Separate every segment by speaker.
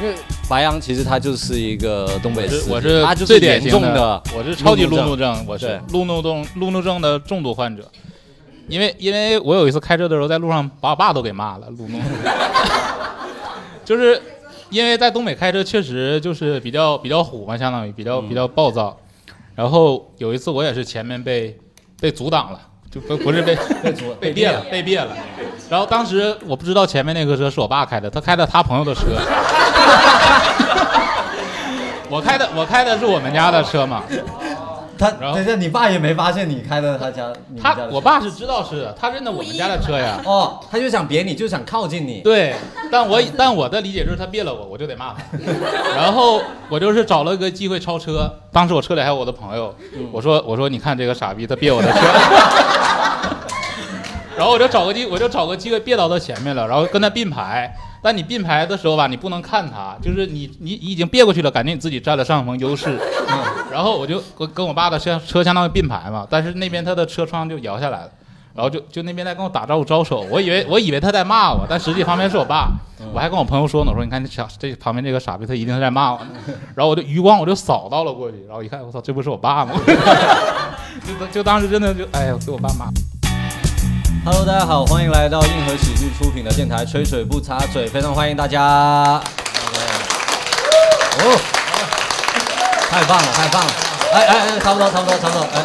Speaker 1: 因为白羊其实它就是一个东北司机，
Speaker 2: 我是
Speaker 1: 它就
Speaker 2: 最
Speaker 1: 是
Speaker 2: 典
Speaker 1: 严
Speaker 2: 型
Speaker 1: 重
Speaker 2: 的，我是超级路怒症，我
Speaker 1: 对
Speaker 2: 是路怒症路怒症的重度患者。因为因为我有一次开车的时候，在路上把我爸都给骂了，路怒。 就是因为在东北开车确实就是比较比较虎嘛，相当于比较比较暴躁。然后有一次我也是前面被被阻挡了，就不不是被 被别了被别了。然后当时我不知道前面那个车是我爸开的，他开的他朋友的车。我开的我开的是我们家的车嘛，
Speaker 3: 他
Speaker 2: 然后
Speaker 3: 等一下，你爸也没发现你开的他家，你们家
Speaker 2: 他
Speaker 3: 的车
Speaker 2: 我爸是知道是的，他认得我们家的车呀。
Speaker 3: 哦，他就想别你，就想靠近你。
Speaker 2: 对，但我但我的理解就是他别了我，我就得骂他。然后我就是找了个机会超车，当时我车里还有我的朋友，
Speaker 3: 嗯
Speaker 2: 我说我说你看这个傻逼，他别我的车。然后我就找个机，我就找个机会别到他前面了，然后跟他并排。但你并排的时候吧，你不能看他，就是你你你已经别过去了，感觉你自己占了上风优势。嗯然后我就跟跟我爸的车车相当于并排嘛，但是那边他的车窗就摇下来了，然后就就那边在跟我打招呼招手，我以为我以为他在骂我，但实际旁边是我爸，我还跟我朋友说呢，我说你看这傻这旁边这个傻逼他一定是在骂我呢，然后我就余光我就扫到了过去，然后一看哎我操这不是我爸吗？ 就当就当时真的就哎呀给我爸骂。
Speaker 3: Hello，大家好，欢迎来到硬核喜剧出品的电台《吹水不插嘴》，非常欢迎大家。哦，太棒了，太棒了！哎哎哎，差不多，差不多，差不多，哎，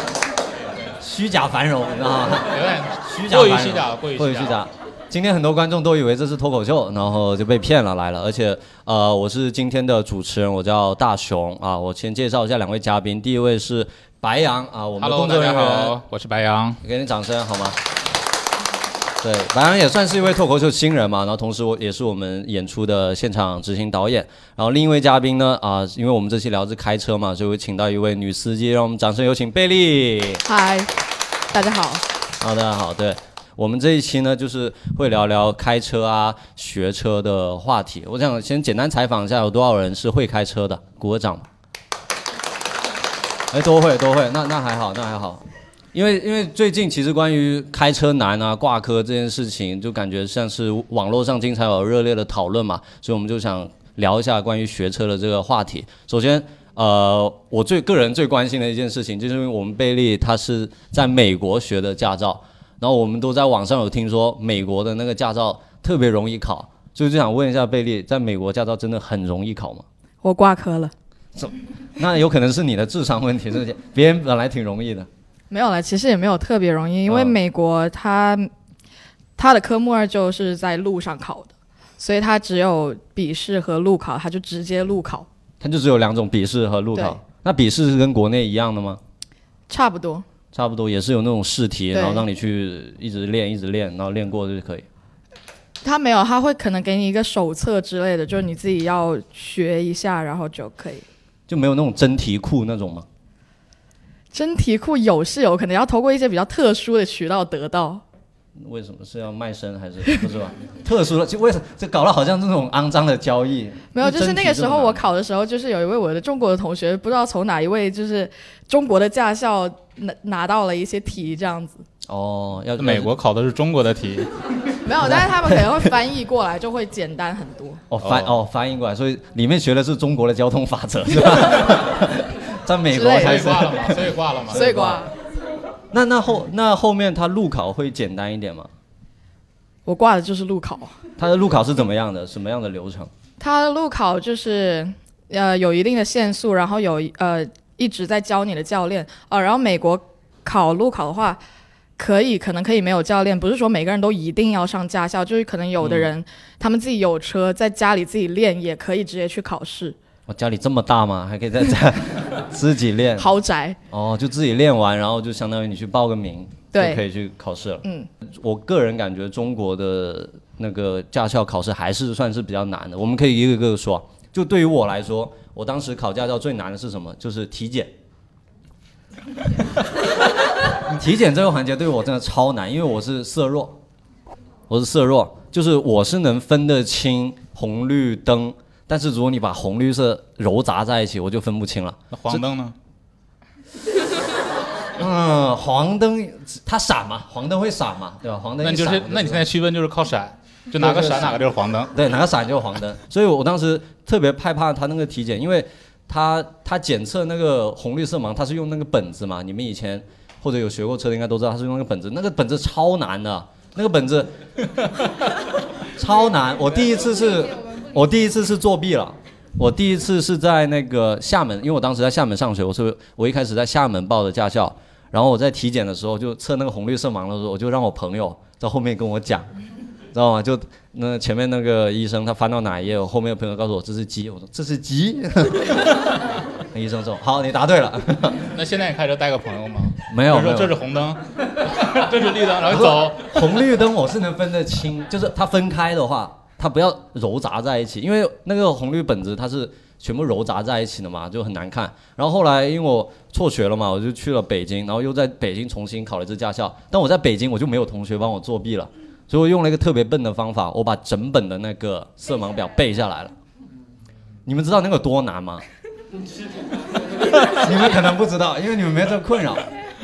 Speaker 3: 虚假繁荣，你知道吗？
Speaker 2: 有点
Speaker 3: 虚假
Speaker 2: 过于
Speaker 3: 繁荣，
Speaker 2: 虚假，啊过于
Speaker 3: 过于虚。假。今天很多观众都以为这是脱口秀，然后就被骗了来了。而且，呃，我是今天的主持人，我叫大熊啊。我先介绍一下两位嘉宾，第一位是白羊啊，我们的
Speaker 2: Hello，
Speaker 3: 工
Speaker 2: 大
Speaker 3: 作
Speaker 2: 家
Speaker 3: 人员
Speaker 2: 好，我是白羊。
Speaker 3: 给你掌声好吗？对，白羊也算是一位脱口秀新人嘛，然后同时我也是我们演出的现场执行导演。然后另一位嘉宾呢，啊、因为我们这期聊的是开车嘛，所以我请到一位女司机，让我们掌声有请贝利。
Speaker 4: 嗨，大家好。
Speaker 3: 好，啊大家好，对。我们这一期呢，就是会聊聊开车啊、学车的话题。我想先简单采访一下，有多少人是会开车的？鼓个掌吧。哎，都会，都会。那那还好，那还好。因为因为最近其实关于开车难啊、挂科这件事情，就感觉像是网络上经常有热烈的讨论嘛，所以我们就想聊一下关于学车的这个话题。首先，呃，我最个人最关心的一件事情，就是因为我们贝利他是在美国学的驾照，然后我们都在网上有听说美国的那个驾照特别容易考，所以就想问一下贝利，在美国驾照真的很容易考吗？
Speaker 4: 我挂科了，
Speaker 3: 那有可能是你的智商问题，是不是？别人本来挺容易的。
Speaker 4: 没有了。其实也没有特别容易，因为
Speaker 3: 嗯
Speaker 4: 美国它、它的科目二就是在路上考的，所以它只有笔试和路考，它就直接路考，
Speaker 3: 它就只有两种笔试和路考
Speaker 4: 对。
Speaker 3: 那笔试是跟国内一样的吗？
Speaker 4: 差不多。
Speaker 3: 差不多也是有那种试题，
Speaker 4: 对
Speaker 3: 然后让你去一直练，一直练，然后练过就可以。
Speaker 4: 它没有，它会可能给你一个手册之类的，就是你自己要学一下，然后就可以。
Speaker 3: 就没有那种真题库那种吗？
Speaker 4: 真题库有是有，可能要通过一些比较特殊的渠道得到。
Speaker 3: 为什么是要卖身还是不是吧？ 特殊的就为什么这搞得好像这种肮脏的交易？
Speaker 4: 没有，就是那个时候我
Speaker 3: 考。
Speaker 4: 考的时候，就是有一位我的中国的同学，不知道从哪一位就是中国的驾校拿拿到了一些题这样子。
Speaker 3: 哦，要
Speaker 2: 美国考的是中国的题，
Speaker 4: 没有，但是他们可能会翻译过来，就会简单很多。
Speaker 3: 哦翻哦翻译过来，所以里面学的是中国的交通法则是 吧？在美国
Speaker 4: 之类的
Speaker 2: 所
Speaker 3: 才
Speaker 2: 以
Speaker 3: 是。
Speaker 2: 挂了嘛，哦所以挂了嘛。
Speaker 4: 所以挂，
Speaker 3: 那那后那后面他路考会简单一点吗？
Speaker 4: 我挂的就是路考。
Speaker 3: 他的路考是怎么样的？什么样的流程？
Speaker 4: 他的路考就是呃有一定的限速，然后有呃一直在教你的教练啊、然后美国考路考的话，可以可能可以没有教练，不是说每个人都一定要上驾校，就是可能有的人、他们自己有车，在家里自己练也可以直接去考试。
Speaker 3: 我家里这么大吗？还可以在 家自己练？
Speaker 4: 豪宅，
Speaker 3: 哦，就自己练完，然后就相当于你去报个名，
Speaker 4: 对
Speaker 3: 就可以去考试了。
Speaker 4: 嗯，
Speaker 3: 我个人感觉中国的那个驾校考试还是算是比较难的。我们可以一个一个说。就对于我来说，我当时考驾照最难的是什么？就是体检。 体检这个环节对我真的超难，因为我是色弱，我是色弱，就是我是能分得清红绿灯，但是如果你把红绿色揉杂在一起，我就分不清了。
Speaker 2: 那黄灯呢？
Speaker 3: 嗯，黄灯它闪嘛，黄灯会闪嘛，对吧？黄灯
Speaker 2: 那
Speaker 3: 一
Speaker 2: 就
Speaker 3: 闪
Speaker 2: 是
Speaker 3: 我，
Speaker 2: 那你现在区分就是靠闪，就哪个闪哪个就是黄灯。
Speaker 3: 对，哪个闪就是黄灯。所以我当时特别害怕他那个体检，因为他他检测那个红绿色盲，他是用那个本子嘛。你们以前或者有学过车的应该都知道，他是用那个本子，那个本子超难的，那个本子超难。我第一次是，我第一次是作弊了。我第一次是在那个厦门，因为我当时在厦门上学，我是我一开始在厦门报的驾校，然后我在体检的时候就测那个红绿色盲的时候，我就让我朋友在后面跟我讲，知道吗？就那前面那个医生他翻到哪一页，我后面的朋友告诉我这是鸡，我说这是鸡，那医生说好，你答对了，
Speaker 2: 那现在你开车带个朋友吗？
Speaker 3: 没有
Speaker 2: 就说
Speaker 3: 没有
Speaker 2: 这是红灯，这是绿 灯，然后走。
Speaker 3: 红绿灯我是能分得清，就是它分开的话，它不要揉杂在一起，因为那个红绿本子它是全部揉杂在一起的嘛，就很难看。然后后来因为我辍学了嘛，我就去了北京，然后又在北京重新考了一次驾校。但我在北京我就没有同学帮我作弊了，所以我用了一个特别笨的方法，我把整本的那个色盲表背下来了。你们知道那个有多难吗？ 你们可能不知道，因为你们没有这个困扰。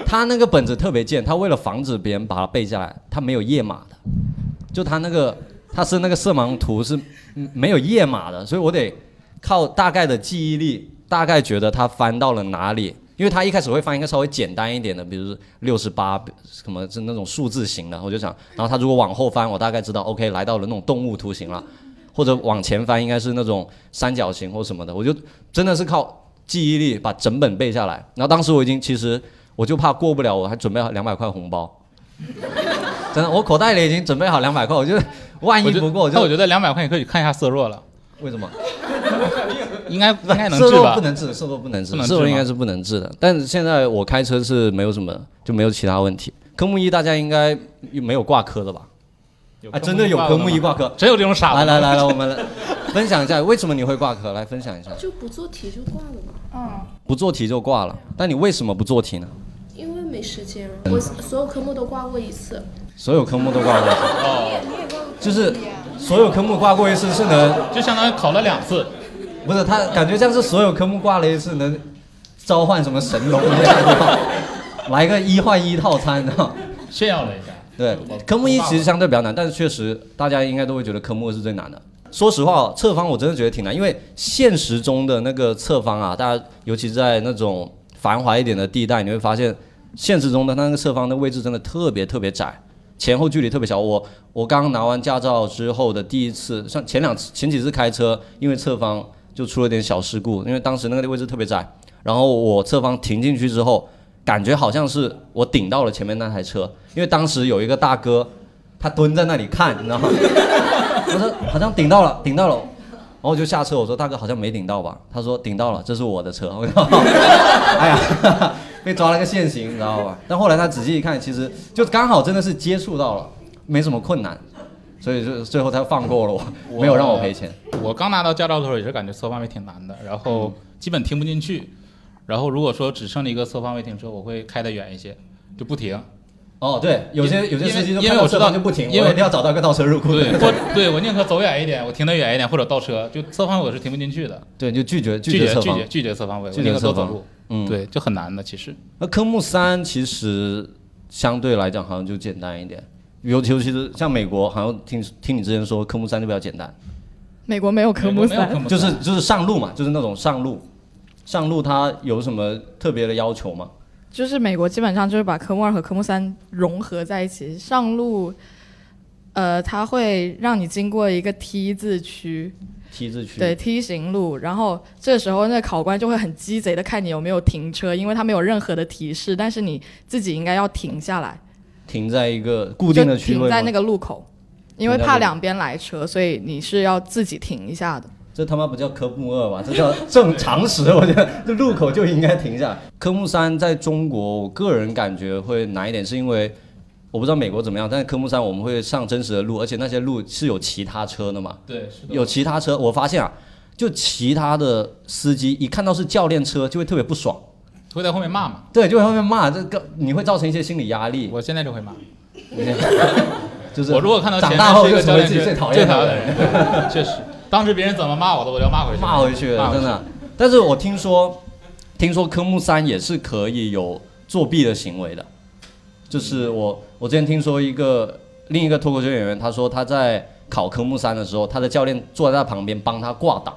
Speaker 3: 他那个本子特别贱，他为了防止别人把它背下来，他没有页码的，就他那个他是那个色盲图是嗯没有页码的，所以我得靠大概的记忆力，大概觉得他翻到了哪里。因为他一开始会翻一个稍微简单一点的，比如六十八什么是那种数字型的，我就想，然后他如果往后翻，我大概知道 OK 来到了那种动物图形了，或者往前翻应该是那种三角形或什么的，我就真的是靠记忆力把整本背下来。然后当时我已经其实我就怕过不了，我还准备好两百块红包， 真的，我口袋里已经准备好两百块，我就万一
Speaker 2: 我觉得
Speaker 3: 不过我就
Speaker 2: 那我觉得两百块你可以看一下色弱了，
Speaker 3: 为什么？
Speaker 2: 应该应该能
Speaker 3: 色
Speaker 2: 治
Speaker 3: 弱
Speaker 2: 吧
Speaker 3: 不？能治，色弱不能治
Speaker 2: 不，能治
Speaker 3: 色弱应
Speaker 2: 吗
Speaker 3: 该是不能治的。但是现在我开车是没有什么，就没有其他问题。科目一大家应该没有挂科的吧？啊，真的有科目一挂科。
Speaker 2: 真有这种傻子
Speaker 3: 来
Speaker 2: 吗？
Speaker 3: 来来来，我们来分享一下为什么你会挂科，来分享一下。
Speaker 5: 就不做题就挂了嘛，
Speaker 3: 不做题就挂了，但你为什么不做题呢？
Speaker 5: 因为没时间啊。我所有科目都挂过一次，
Speaker 3: 所有科目都挂过一次，就是所有科目挂过一次是能，
Speaker 2: 就相当于考了两次，
Speaker 3: 不是他感觉像是所有科目挂了一次能召唤什么神龙一样，你知道吗 来个一换一套餐，你知道吗？
Speaker 2: 炫耀了一下。
Speaker 3: 对，科目一其实相对比较难，但是确实大家应该都会觉得科目二是最难的。说实话哦，侧方我真的觉得挺难，因为现实中的那个侧方啊，大家尤其在那种繁华一点的地带，你会发现现实中的它那个侧方的位置真的特别特别窄，前后距离特别小。我我刚拿完驾照之后的第一次，像前两次前几次开车，因为侧方就出了点小事故，因为当时那个位置特别窄，然后我侧方停进去之后，感觉好像是我顶到了前面那台车，因为当时有一个大哥，他蹲在那里看，你知道吗？ 我说好像顶到了，顶到了，然后我就下车，我说大哥好像没顶到吧？他说顶到了，这是我的车。 我靠，哎呀， 被抓了个现行，你知道吧？但后来他仔细一看，其实就刚好真的是接触到了，没什么困难，所以就最后他放过了我，没有让我赔钱。
Speaker 2: 我刚拿到驾照的时候也是感觉侧方位挺难的，然后
Speaker 3: 嗯
Speaker 2: 基本停不进去。然后如果说只剩了一个侧方位停车，我会开得远一些，就不停。
Speaker 3: 哦，对，有些有些司机就
Speaker 2: 因为
Speaker 3: 看到
Speaker 2: 我知
Speaker 3: 侧
Speaker 2: 道
Speaker 3: 方就不停，
Speaker 2: 因为
Speaker 3: 我一定要找到一个倒车入库的
Speaker 2: 对，
Speaker 3: 人。
Speaker 2: 或对我宁可走远一点，我停得远一点，或者倒车，就侧方位我是停不进去的，
Speaker 3: 对，就拒绝拒
Speaker 2: 拒
Speaker 3: 绝
Speaker 2: 绝
Speaker 3: 侧
Speaker 2: 拒
Speaker 3: 方
Speaker 2: 绝。拒绝侧方位，我
Speaker 3: 拒绝
Speaker 2: 宁可多
Speaker 3: 侧
Speaker 2: 走
Speaker 3: 方
Speaker 2: 路。
Speaker 3: 嗯，
Speaker 2: 对，就很难的其实。
Speaker 3: 那科目三其实相对来讲好像就简单一点，尤尤其是像美国，好像听听你之前说科目三就比较简单，
Speaker 4: 美国没有科目
Speaker 2: 没有
Speaker 4: 三
Speaker 2: 科，目
Speaker 3: 就是就是上路嘛，就是那种上路，上路它有什么特别的要求吗？
Speaker 4: 就是美国基本上就是把科目二和科目三融合在一起。上路，呃，它会让你经过一个 T 字区，
Speaker 3: T 字区，
Speaker 4: 对 T 型路，然后这时候那考官就会很鸡贼的看你有没有停车，因为他没有任何的提示，但是你自己应该要停下来，
Speaker 3: 停在一个固定的
Speaker 4: 就
Speaker 3: 区
Speaker 4: 停
Speaker 3: 位
Speaker 4: 在那
Speaker 3: 吗？
Speaker 4: 个路口，因为怕两边来车，所以你是要自己停一下的。
Speaker 3: 这他妈不叫科目二吧？这叫正常识，我觉得这路口就应该停下来。科目三在中国，我个人感觉会难一点，是因为我不知道美国怎么样，但是科目三我们会上真实的路，而且那些路是有其他车的嘛。
Speaker 2: 对，是
Speaker 3: 有其他车，我发现啊，就其他的司机一看到是教练车，就会特别不爽，
Speaker 2: 会在后面骂嘛？
Speaker 3: 对，就会后面骂这个，你会造成一些心理压力。
Speaker 2: 我现在就会 骂。
Speaker 3: 就是
Speaker 2: 我如果看到前
Speaker 3: 长
Speaker 2: 面
Speaker 3: 大后
Speaker 2: 是一
Speaker 3: 就
Speaker 2: 个
Speaker 3: 成
Speaker 2: 教
Speaker 3: 为
Speaker 2: 练
Speaker 3: 自己
Speaker 2: 是
Speaker 3: 最讨
Speaker 2: 最
Speaker 3: 厌
Speaker 2: 讨
Speaker 3: 的
Speaker 2: 厌
Speaker 3: 人，
Speaker 2: 的人， 确实，当时别人怎么骂我的，我就要骂回去，
Speaker 3: 骂回去
Speaker 2: 骂
Speaker 3: 了，
Speaker 2: 回
Speaker 3: 真的。但是我听说，听说科目三也是可以有作弊的行为的，
Speaker 2: 嗯
Speaker 3: 就是我我之前听说一个另一个脱口秀演员，他说他在考科目三的时候，他的教练坐在他旁边帮他挂档，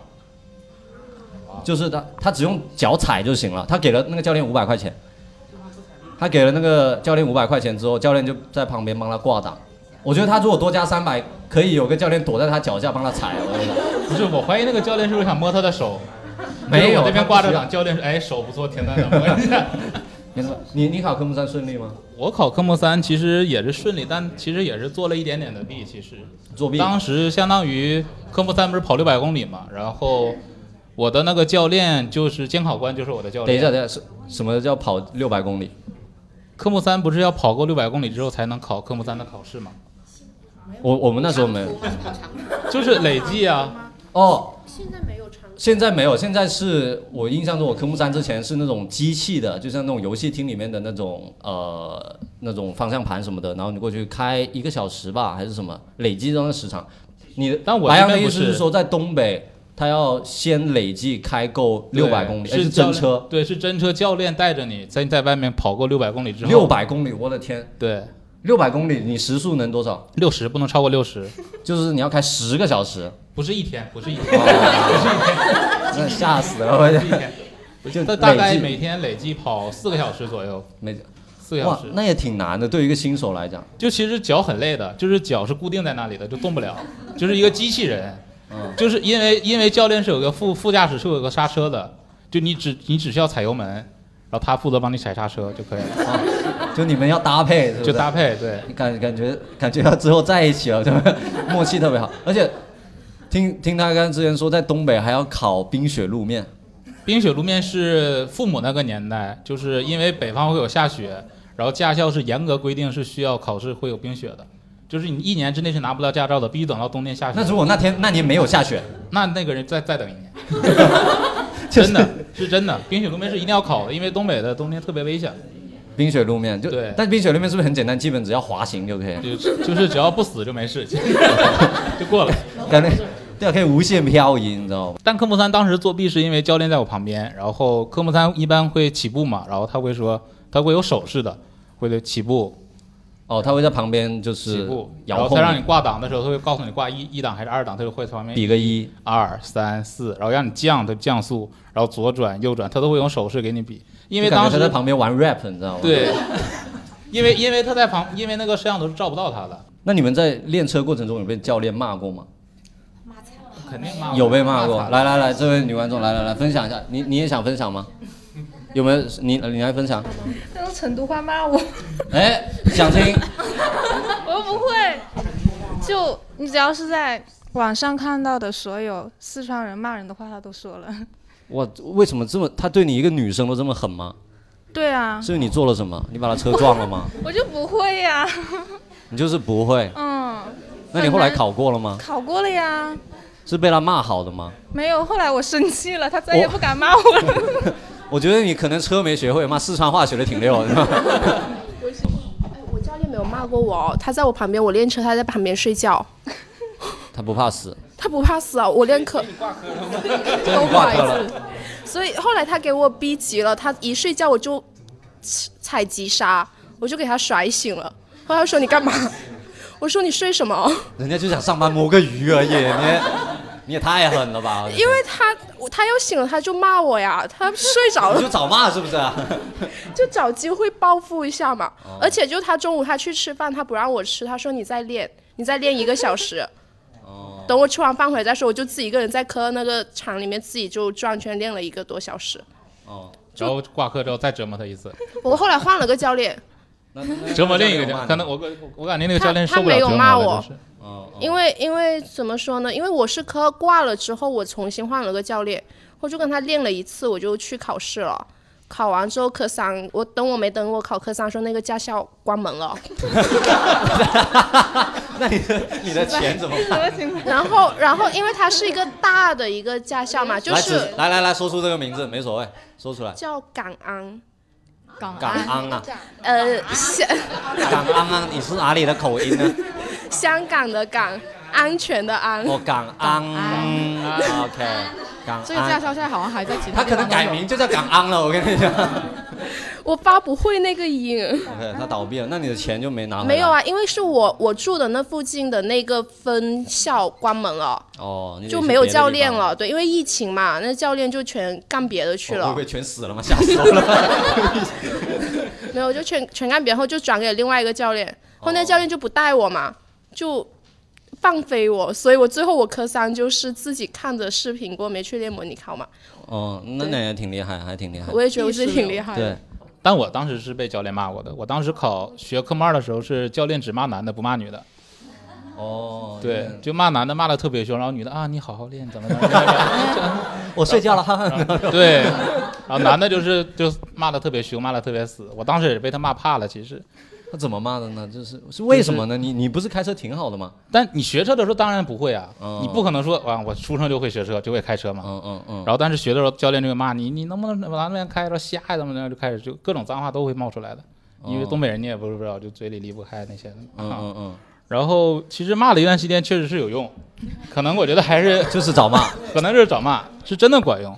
Speaker 3: 就是他他只用脚踩就行了。他给了那个教练五百块钱，他给了那个教练五百块钱之后，教练就在旁边帮他挂档。我觉得他如果多加三百，可以有个教练躲在他脚下帮他踩。我觉得
Speaker 2: 不是，我怀疑那个教练是不是想摸他的手？
Speaker 3: 没有
Speaker 2: 我这边
Speaker 3: 他
Speaker 2: 挂
Speaker 3: 不
Speaker 2: 着
Speaker 3: 需要
Speaker 2: 档，教练说：“哎，手不错，停在那儿摸一 下。
Speaker 3: 你怎么你你考科目三顺利吗？”
Speaker 2: 我考科目三其实也是顺利，但其实也是做了一点点的弊。其实
Speaker 3: 作弊？
Speaker 2: 当时相当于科目三不是跑六百公里嘛，然后我的那个教练就是监考官，就是我的教练。
Speaker 3: 等一下，等一下，什什么叫跑六百公里？
Speaker 2: 科目三不是要跑够六百公里之后才能考科目三的考试吗？
Speaker 3: 我我们那时候没有
Speaker 5: 长途吗跑长途
Speaker 2: 就是累计啊。
Speaker 3: 哦，
Speaker 5: 现在没有长途，
Speaker 3: 现在没有，现在是我印象中，我科目三之前是那种机器的，就像那种游戏厅里面的那种呃那种方向盘什么的，然后你过去开一个小时吧，还是什么，累积到那个时长。你
Speaker 2: 但我
Speaker 3: 白
Speaker 2: 这
Speaker 3: 羊
Speaker 2: 边
Speaker 3: 的意
Speaker 2: 不
Speaker 3: 思是
Speaker 2: 是
Speaker 3: 说，在东北，他要先累计开够六百公里，
Speaker 2: 对
Speaker 3: 哎而且是
Speaker 2: 教
Speaker 3: 真
Speaker 2: 练
Speaker 3: 车，
Speaker 2: 对，是真车教练带着你在在外面跑过六百公里之后，
Speaker 3: 六百公里，我的天，
Speaker 2: 对
Speaker 3: 六百公里你时速能多少？
Speaker 2: 六十不能超过六十，
Speaker 3: 就是你要开十个小时，
Speaker 2: 不是一天，不是一天，
Speaker 3: 哦 那吓死了，我
Speaker 2: 不是一天，
Speaker 3: 就 就
Speaker 2: 大大概
Speaker 3: 累计
Speaker 2: 每天累计跑四个小时左右，
Speaker 3: 没
Speaker 2: 四个小
Speaker 3: 哇
Speaker 2: 时，，
Speaker 3: 那也挺难的，对于一个新手来讲。
Speaker 2: 就其实脚很累的，就是脚是固定在那里的，就动不了，就是一个机器人，
Speaker 3: 嗯
Speaker 2: 就是因为因为教练是有个副副驾驶是有个刹车的，就你只你只需要踩油门，然后他负责帮你踩刹车就可以了，
Speaker 3: 哦就你们要搭配，是不是
Speaker 2: 就搭配对。
Speaker 3: 感感觉感觉要之后在一起了，对 吧？默契特别好，而且听听他刚之前说，在东北还要烤冰雪路面，
Speaker 2: 冰雪路面是父母那个年代，就是因为北方会有下雪，然后驾校是严格规定是需要考试会有冰雪的，就是你一年之内是拿不到驾照的，必须等到冬天下雪。
Speaker 3: 那如果那天那年没有下雪，
Speaker 2: 那那个人再再等一年，
Speaker 3: 就 是
Speaker 2: 真的是真的，冰雪路面是一定要考的，因为东北的冬天特别危险，
Speaker 3: 冰雪路面就
Speaker 2: 对
Speaker 3: 但冰雪路面是不是很简单？基本只要滑行就可以，
Speaker 2: 就就是只要不死就没事，就过了。
Speaker 3: 感觉对啊，可以无限漂移，你知道吗？
Speaker 2: 但科目三当时作弊是因为教练在我旁边，然后科目三一般会起步嘛，然后他会说他会有手势的，会对起步，
Speaker 3: 哦，他会在旁边就
Speaker 2: 起
Speaker 3: 是
Speaker 2: 步，然
Speaker 3: 遥
Speaker 2: 后他让你
Speaker 3: 控
Speaker 2: 挂档的时候，他会告诉你挂一一档还是二档，他就会从旁边
Speaker 3: 比个一，
Speaker 2: 二三四，然后让你降，他降速，然后左转右转，他都会用手势给你比，因为
Speaker 3: 就感
Speaker 2: 当
Speaker 3: 觉他在
Speaker 2: 时
Speaker 3: 旁边玩 rap，你知道吗？。
Speaker 2: 对，因为因为他在旁，因为那个摄像头是照不到他的，
Speaker 3: 那你们在练车过程中有被教练骂过吗？
Speaker 2: 肯定骂我
Speaker 3: 有被骂过
Speaker 2: 惨。了
Speaker 3: 来来来，这位女观众，来来来，分享一下，你你也想分享吗？有没有你你来分享？
Speaker 6: 他用成都话骂我，
Speaker 3: 哎，想听？
Speaker 6: 我又不会。就你只要是在网上看到的所有四川人骂人的话，他都说了。
Speaker 3: 哇，为什么这么？他对你一个女生都这么狠吗？
Speaker 6: 对啊，
Speaker 3: 是你做了什么？你把他车撞了吗？
Speaker 6: 我就不 会呀、
Speaker 3: 你就是不会。
Speaker 5: 哦
Speaker 6: 嗯，
Speaker 3: 那你后来考过了吗？
Speaker 6: 考过了呀。
Speaker 3: 是被他骂好的吗？
Speaker 6: 没有，后来我生气了，他再也不敢骂我了。
Speaker 3: 我觉得你可能车没学会，骂四川话学的挺溜的是 吧。
Speaker 5: 哎，我教练没有骂过我哦，他在我旁边，我练车，他在旁边睡觉，
Speaker 3: 他不怕死，
Speaker 5: 他不怕死啊，我练课
Speaker 3: 挂
Speaker 5: 都挂
Speaker 3: 科
Speaker 5: 一次
Speaker 3: 了。，
Speaker 5: 所以后来他给我逼急了，他一睡觉我就踩急刹，我就给他甩醒了，后来他说你干嘛？我说你睡什么？
Speaker 3: 人家就想上班摸个鱼而已，你也你也太狠了吧！
Speaker 5: 因为他他要醒了他就骂我呀，他睡着
Speaker 3: 你
Speaker 5: 了
Speaker 3: 就找骂是不 是啊？
Speaker 5: 就找机会报复一下嘛。而且就他中午他去吃饭，他不让我吃，他说你再练，你再练一个小时。等我吃完饭回来再说，我就自己一个人在科那个厂里面自己就转圈练了一个多小时。
Speaker 3: 哦，
Speaker 2: 然后挂科之后再折磨他一次，
Speaker 5: 我后来换了个教练，
Speaker 3: 那那
Speaker 2: 折磨另一
Speaker 3: 教练有骂
Speaker 2: 个，
Speaker 3: 你
Speaker 2: 可能我我感觉那个
Speaker 5: 他
Speaker 2: 教练受不了
Speaker 5: 他没
Speaker 2: 折
Speaker 5: 有
Speaker 2: 磨
Speaker 5: 骂
Speaker 2: 了，
Speaker 5: 我
Speaker 2: 就是
Speaker 3: 哦哦
Speaker 5: 因为因为怎么说呢？因为我是科挂了之后，我重新换了个教练，我就跟他练了一次，我就去考试了。考完之后科三，我等我没等我考科三的时候，那个驾校关门了。
Speaker 3: 那你的你的钱怎么办？
Speaker 5: 然后然后因为它是一个大的一个驾校嘛， 就
Speaker 3: 来
Speaker 5: 是
Speaker 3: 只来来来说出这个名字没所谓，说出来。
Speaker 5: 叫港安，
Speaker 4: 港
Speaker 3: 港
Speaker 4: 安
Speaker 3: 安啊，
Speaker 5: 呃，香
Speaker 3: 港安啊，你是哪里的口音呢？
Speaker 5: 香港的港，安全的安。
Speaker 3: 哦，港安，OK，港
Speaker 4: 这个驾
Speaker 3: 安，
Speaker 4: 校现在好像还在其他
Speaker 3: 他
Speaker 4: 地
Speaker 3: 可
Speaker 4: 方都
Speaker 3: 能
Speaker 4: 有
Speaker 3: 改名就叫港安了，我跟你讲。
Speaker 5: 我发不会那个音。
Speaker 3: OK，他倒闭了，那你的钱就没拿回来。
Speaker 5: 嗯没有啊，因为是我我住的那附近的那个分校关门了，
Speaker 3: 哦，你得
Speaker 5: 就
Speaker 3: 去
Speaker 5: 没有
Speaker 3: 别的地
Speaker 5: 教练
Speaker 3: 方。
Speaker 5: 了。对，因为疫情嘛，那教练就全干别的去
Speaker 3: 哦
Speaker 5: 了。
Speaker 3: 会不会全死了吗？吓死我了！
Speaker 5: 没有，就全全干别人后就转给另外一个教练，
Speaker 3: 哦
Speaker 5: 后那教练就不带我嘛，就放飞我，所以我最后我科三就是自己看着视频过，没去练模拟考嘛。
Speaker 3: 哦，那那也挺厉害，还挺厉害。
Speaker 5: 我也觉得我自己挺厉害
Speaker 3: 对
Speaker 5: 的。，
Speaker 2: 但我当时是被教练骂过的。我当时考学科目二的时候，是教练只骂男的不骂女的，
Speaker 3: 哦，
Speaker 2: 对，就骂男的骂的特别凶，然后女的啊你好好练怎么 怎么样，
Speaker 3: 我睡觉了，哈哈。
Speaker 2: 对，然后男的就是就骂的特别凶，骂的特别死。我当时也是被他骂怕了，其实。
Speaker 3: 他怎么骂的呢？就是是为什么呢？你你不是开车挺好的吗？
Speaker 2: 但你学车的时候当然不会啊，
Speaker 3: 嗯
Speaker 2: 你不可能说啊我出生就会学车就会开车嘛。
Speaker 3: 嗯嗯嗯。
Speaker 2: 然后但是学的时候教练就会骂你，你能不能往那边开，然后瞎呀怎么怎么样就开始就各种脏话都会冒出来的，因为
Speaker 3: 哦
Speaker 2: 东北人你也不是不知道，就嘴里离不开那些。
Speaker 3: 嗯
Speaker 2: 啊
Speaker 3: 嗯嗯，
Speaker 2: 然后其实骂了一段时间确实是有用，可能我觉得还是
Speaker 3: 就是找骂。
Speaker 2: 可能是找骂是真的管用，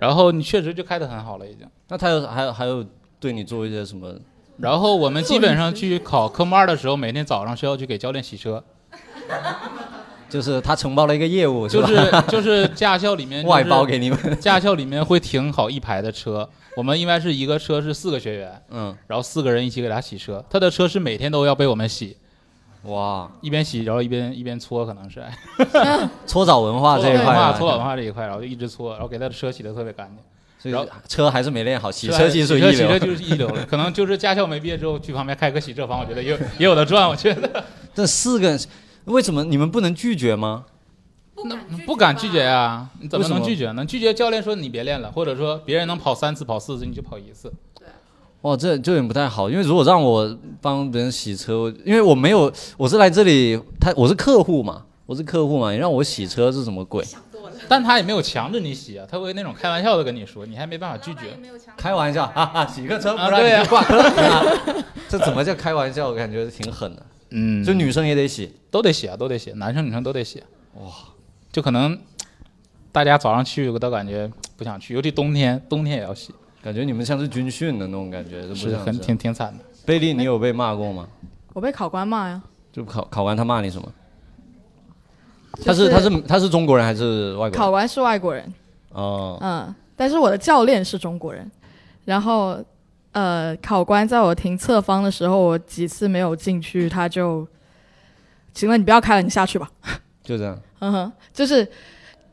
Speaker 2: 然后你确实就开得很好了已经。
Speaker 3: 那他有还有还有对你做一些什么？
Speaker 2: 然后我们基本上去考科目二的时候，每天早上是要去给教练洗车，
Speaker 3: 就是他承包了一个业务，
Speaker 2: 就是是
Speaker 3: 吧
Speaker 2: 就是驾校里面、
Speaker 3: 外包给你们。
Speaker 2: 驾校里面会停好一排的车，我们应该是一个车是四个学员，
Speaker 3: 嗯，
Speaker 2: 然后四个人一起给他洗车，他的车是每天都要被我们洗，
Speaker 3: 哇，
Speaker 2: 一边洗然后一边一边搓，可能是
Speaker 3: 搓澡文化
Speaker 2: 搓澡
Speaker 3: 这一
Speaker 2: 文
Speaker 3: 块
Speaker 2: 化
Speaker 3: 啊，
Speaker 2: 搓澡文化这一块，然后就一直搓，然后给他的车洗得特别干净。
Speaker 3: 所以
Speaker 2: 然后
Speaker 3: 车还是没练好，洗车技术一
Speaker 2: 洗车洗车。
Speaker 3: 流
Speaker 2: 就是一流 了。 可能就是驾校没毕业之后去旁边开个洗车房，我觉得也有也有的赚。我觉得
Speaker 3: 这四个人，为什么你们不能拒绝吗？
Speaker 2: 不敢拒绝啊，你怎么
Speaker 3: 为什
Speaker 2: 能
Speaker 3: 么
Speaker 2: 拒绝呢？拒绝教练说你别练了，或者说别人能跑三次、跑四次，你就跑一次。
Speaker 3: 哇，这这有点不太好，因为如果让我帮别人洗车，因为我没有，我是来这里，他我是客户嘛，我是客户嘛，你让我洗车是什么鬼？
Speaker 2: 但他也没有强制你洗啊，他会那种开玩笑的跟你说，你还没办法拒绝。
Speaker 3: 开玩笑，哈哈，洗个车
Speaker 2: 啊
Speaker 3: 不然
Speaker 2: 对
Speaker 3: 你
Speaker 2: 啊
Speaker 3: 就挂科了、啊这怎么叫开玩笑？我感觉挺狠的，
Speaker 2: 嗯
Speaker 3: 就女生也得洗，
Speaker 2: 都得洗啊，都得洗，男生女生都得洗。啊哇，就可能大家早上去我都感觉不想去，尤其冬天，冬天也要洗，
Speaker 3: 感觉你们像是军训的那种感觉，这不
Speaker 2: 是
Speaker 3: 像
Speaker 2: 很 挺挺惨的。
Speaker 3: 贝利，你有被骂过吗？
Speaker 4: 我被考官骂呀，
Speaker 3: 就考考官他骂你什么？
Speaker 4: 就
Speaker 3: 他是他是他是中国人还是外国人？
Speaker 4: 考官是外国人，
Speaker 3: 哦，
Speaker 4: 嗯，但是我的教练是中国人，然后呃，考官在我停侧方的时候，我几次没有进去，他就，行了，你不要开了，你下去吧。
Speaker 3: 就这样。
Speaker 4: 嗯哼，就是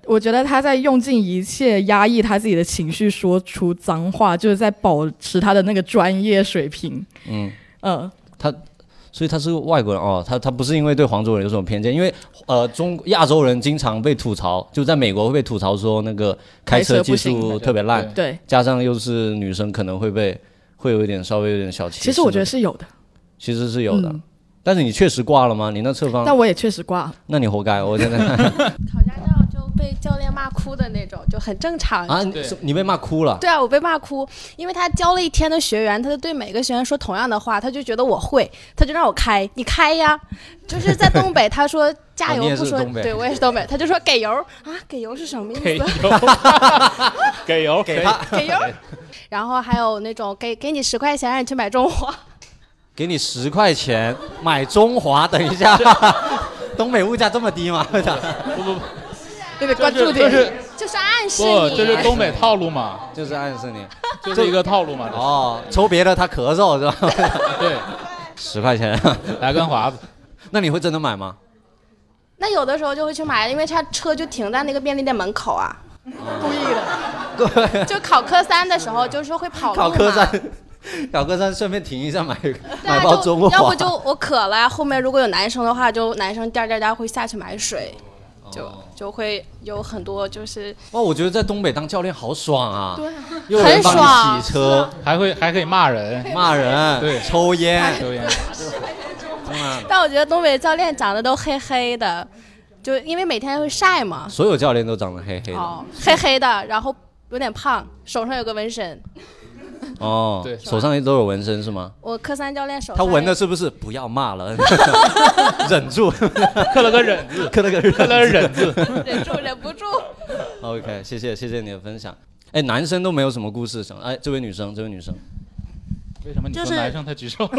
Speaker 4: 我觉得他在用尽一切压抑他自己的情绪，说出脏话，就是在保持他的那个专业水平。
Speaker 3: 嗯
Speaker 4: 嗯，
Speaker 3: 所以他是外国人哦，他他不是因为对黄种人有什么偏见，因为呃中亚洲人经常被吐槽，就在美国会被吐槽说那个开车技
Speaker 4: 开车不
Speaker 3: 术特别烂，
Speaker 4: 对，
Speaker 3: 加上又是女生，可能会被会有一点稍微有点小歧视。
Speaker 4: 其实我觉得是有的，
Speaker 3: 其实是有的，
Speaker 4: 嗯
Speaker 3: 但是你确实挂了吗？你那侧方，
Speaker 4: 但我也确实挂了。
Speaker 3: 那你活该。我现在
Speaker 7: 考驾照就被教练骂哭的那种，就很正常。
Speaker 3: 啊，你
Speaker 2: 对
Speaker 3: 是你被骂哭了。
Speaker 7: 对啊，我被骂哭，因为他教了一天的学员，他就对每个学员说同样的话，他就觉得我会，他就让我开，你开呀。就是在 东北，他说加
Speaker 2: 啊
Speaker 3: 哦你
Speaker 7: 油
Speaker 3: 也
Speaker 7: 不
Speaker 3: 是
Speaker 7: 说，
Speaker 3: 东北
Speaker 7: 对我也是东北，他就说给油啊，给油是什么意
Speaker 2: 给
Speaker 7: 思
Speaker 2: 油？，给油，给他。
Speaker 7: 给油。 然后还有那种给给你十块钱让你去买中华，
Speaker 3: 给你十块钱买中华，等一下， 东北物价这么低 吗？
Speaker 2: 不不不，
Speaker 7: 对对，
Speaker 2: 这是这是
Speaker 7: 就是暗示
Speaker 2: 不，
Speaker 7: 你。
Speaker 2: 这是东北套路嘛，
Speaker 3: 就是暗示你
Speaker 2: 这是一个套路嘛。
Speaker 3: 哦，抽别的他咳嗽是吧？
Speaker 2: 对，
Speaker 3: 十块钱，
Speaker 2: 来根华子，
Speaker 3: 那你会真的买吗？
Speaker 7: 那有的时候就会去买，因为他车就停在那个便利店门口啊，故意的。 就考科三的时候，就是会跑路
Speaker 3: 考
Speaker 7: 嘛。
Speaker 3: 科三， 考科三顺便停一下买
Speaker 7: 对啊
Speaker 3: 买包
Speaker 7: 就
Speaker 3: 中华，
Speaker 7: 要不就我渴了，后面如果有男生的话，就男生颠颠颠会下去买水，就、就会有很多就是
Speaker 3: 哦哇，我觉得在东北当教练好爽啊！对啊，有
Speaker 7: 很
Speaker 3: 人帮你
Speaker 7: 爽啊
Speaker 3: 洗车、
Speaker 2: 还会还可以骂人，
Speaker 3: 骂人、
Speaker 2: 对
Speaker 3: 抽烟，
Speaker 2: 对呀，
Speaker 3: 真的
Speaker 7: 但我觉得东北教练长得都黑黑的，就因为每天会晒嘛，
Speaker 3: 所有教练都长得黑黑的
Speaker 7: 哦，黑黑的，然后有点胖，手上有个纹身。
Speaker 3: 哦，
Speaker 2: 对
Speaker 3: 手上都有纹身是吗？
Speaker 7: 我科三教练手
Speaker 3: 他
Speaker 7: 上
Speaker 3: 纹的
Speaker 7: 有
Speaker 3: 是不是不要骂 了？忍住，
Speaker 2: 刻了个忍 字，
Speaker 3: 磕了个
Speaker 2: 刻了个
Speaker 3: 忍
Speaker 2: 忍字。
Speaker 7: 忍住忍不住，
Speaker 3: OK，谢谢谢谢你的分享。哎，男生都没有什么故事想，哎，这位女生，这位女生，
Speaker 2: 为什么你说
Speaker 8: 就是
Speaker 2: 男生他举 手？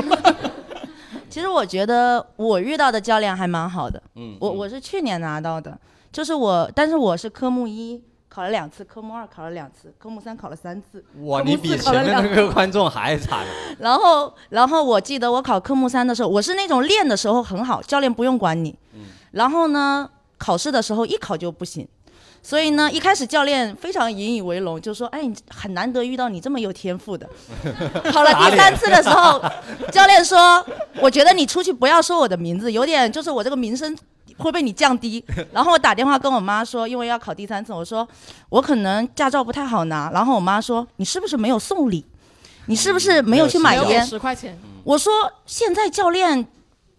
Speaker 8: 其实我觉得我遇到的教练还蛮好的，
Speaker 2: 嗯
Speaker 8: 我我是去年拿到的，就是我，但是我是科目一考了两次，科目二考了两次，科目三考了三次，
Speaker 3: 哇，
Speaker 8: 科
Speaker 3: 你
Speaker 8: 目四
Speaker 3: 比
Speaker 8: 考
Speaker 3: 前
Speaker 8: 了
Speaker 3: 面
Speaker 8: 两
Speaker 3: 那个观众还惨。
Speaker 8: 然后，然后我记得我考科目三的时候，我是那种练的时候很好，教练不用管你。
Speaker 3: 嗯
Speaker 8: 然后呢，考试的时候一考就不行，所以呢，一开始教练非常引以为荣，就说：“哎，你很难得遇到你这么有天赋的。” 考了第三次的时候，教练说：“我觉得你出去不要说我的名字，有点就是我这个名声会被你降低。”然后我打电话跟我妈说，因为要考第三次，我说我可能驾照不太好拿。然后我妈说：“你是不是没有送礼？你是不是没有去买烟？”
Speaker 4: 十块钱，
Speaker 3: 嗯
Speaker 8: 我说现在教练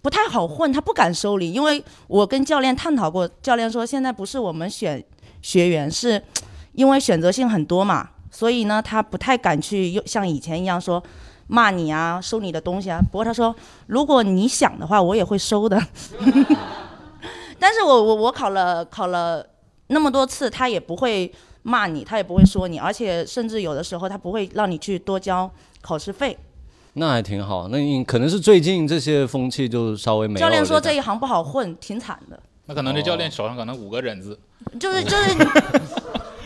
Speaker 8: 不太好混，他不敢收礼，因为我跟教练探讨过，教练说现在不是我们选学员，是因为选择性很多嘛，所以呢，他不太敢去又像以前一样说骂你啊，收你的东西啊。不过他说，如果你想的话，我也会收的。 但是我我我考了考了那么多次，他也不会骂你，他也不会说你，而且甚至有的时候他不会让你去多交考试费。
Speaker 3: 那还挺好，那你可能是最近这些风气就稍微没有
Speaker 8: 教
Speaker 3: 了。
Speaker 8: 练说这一行不好混，挺惨的。
Speaker 2: 那可能这教练手上可能五个人字，
Speaker 8: 就是就是你，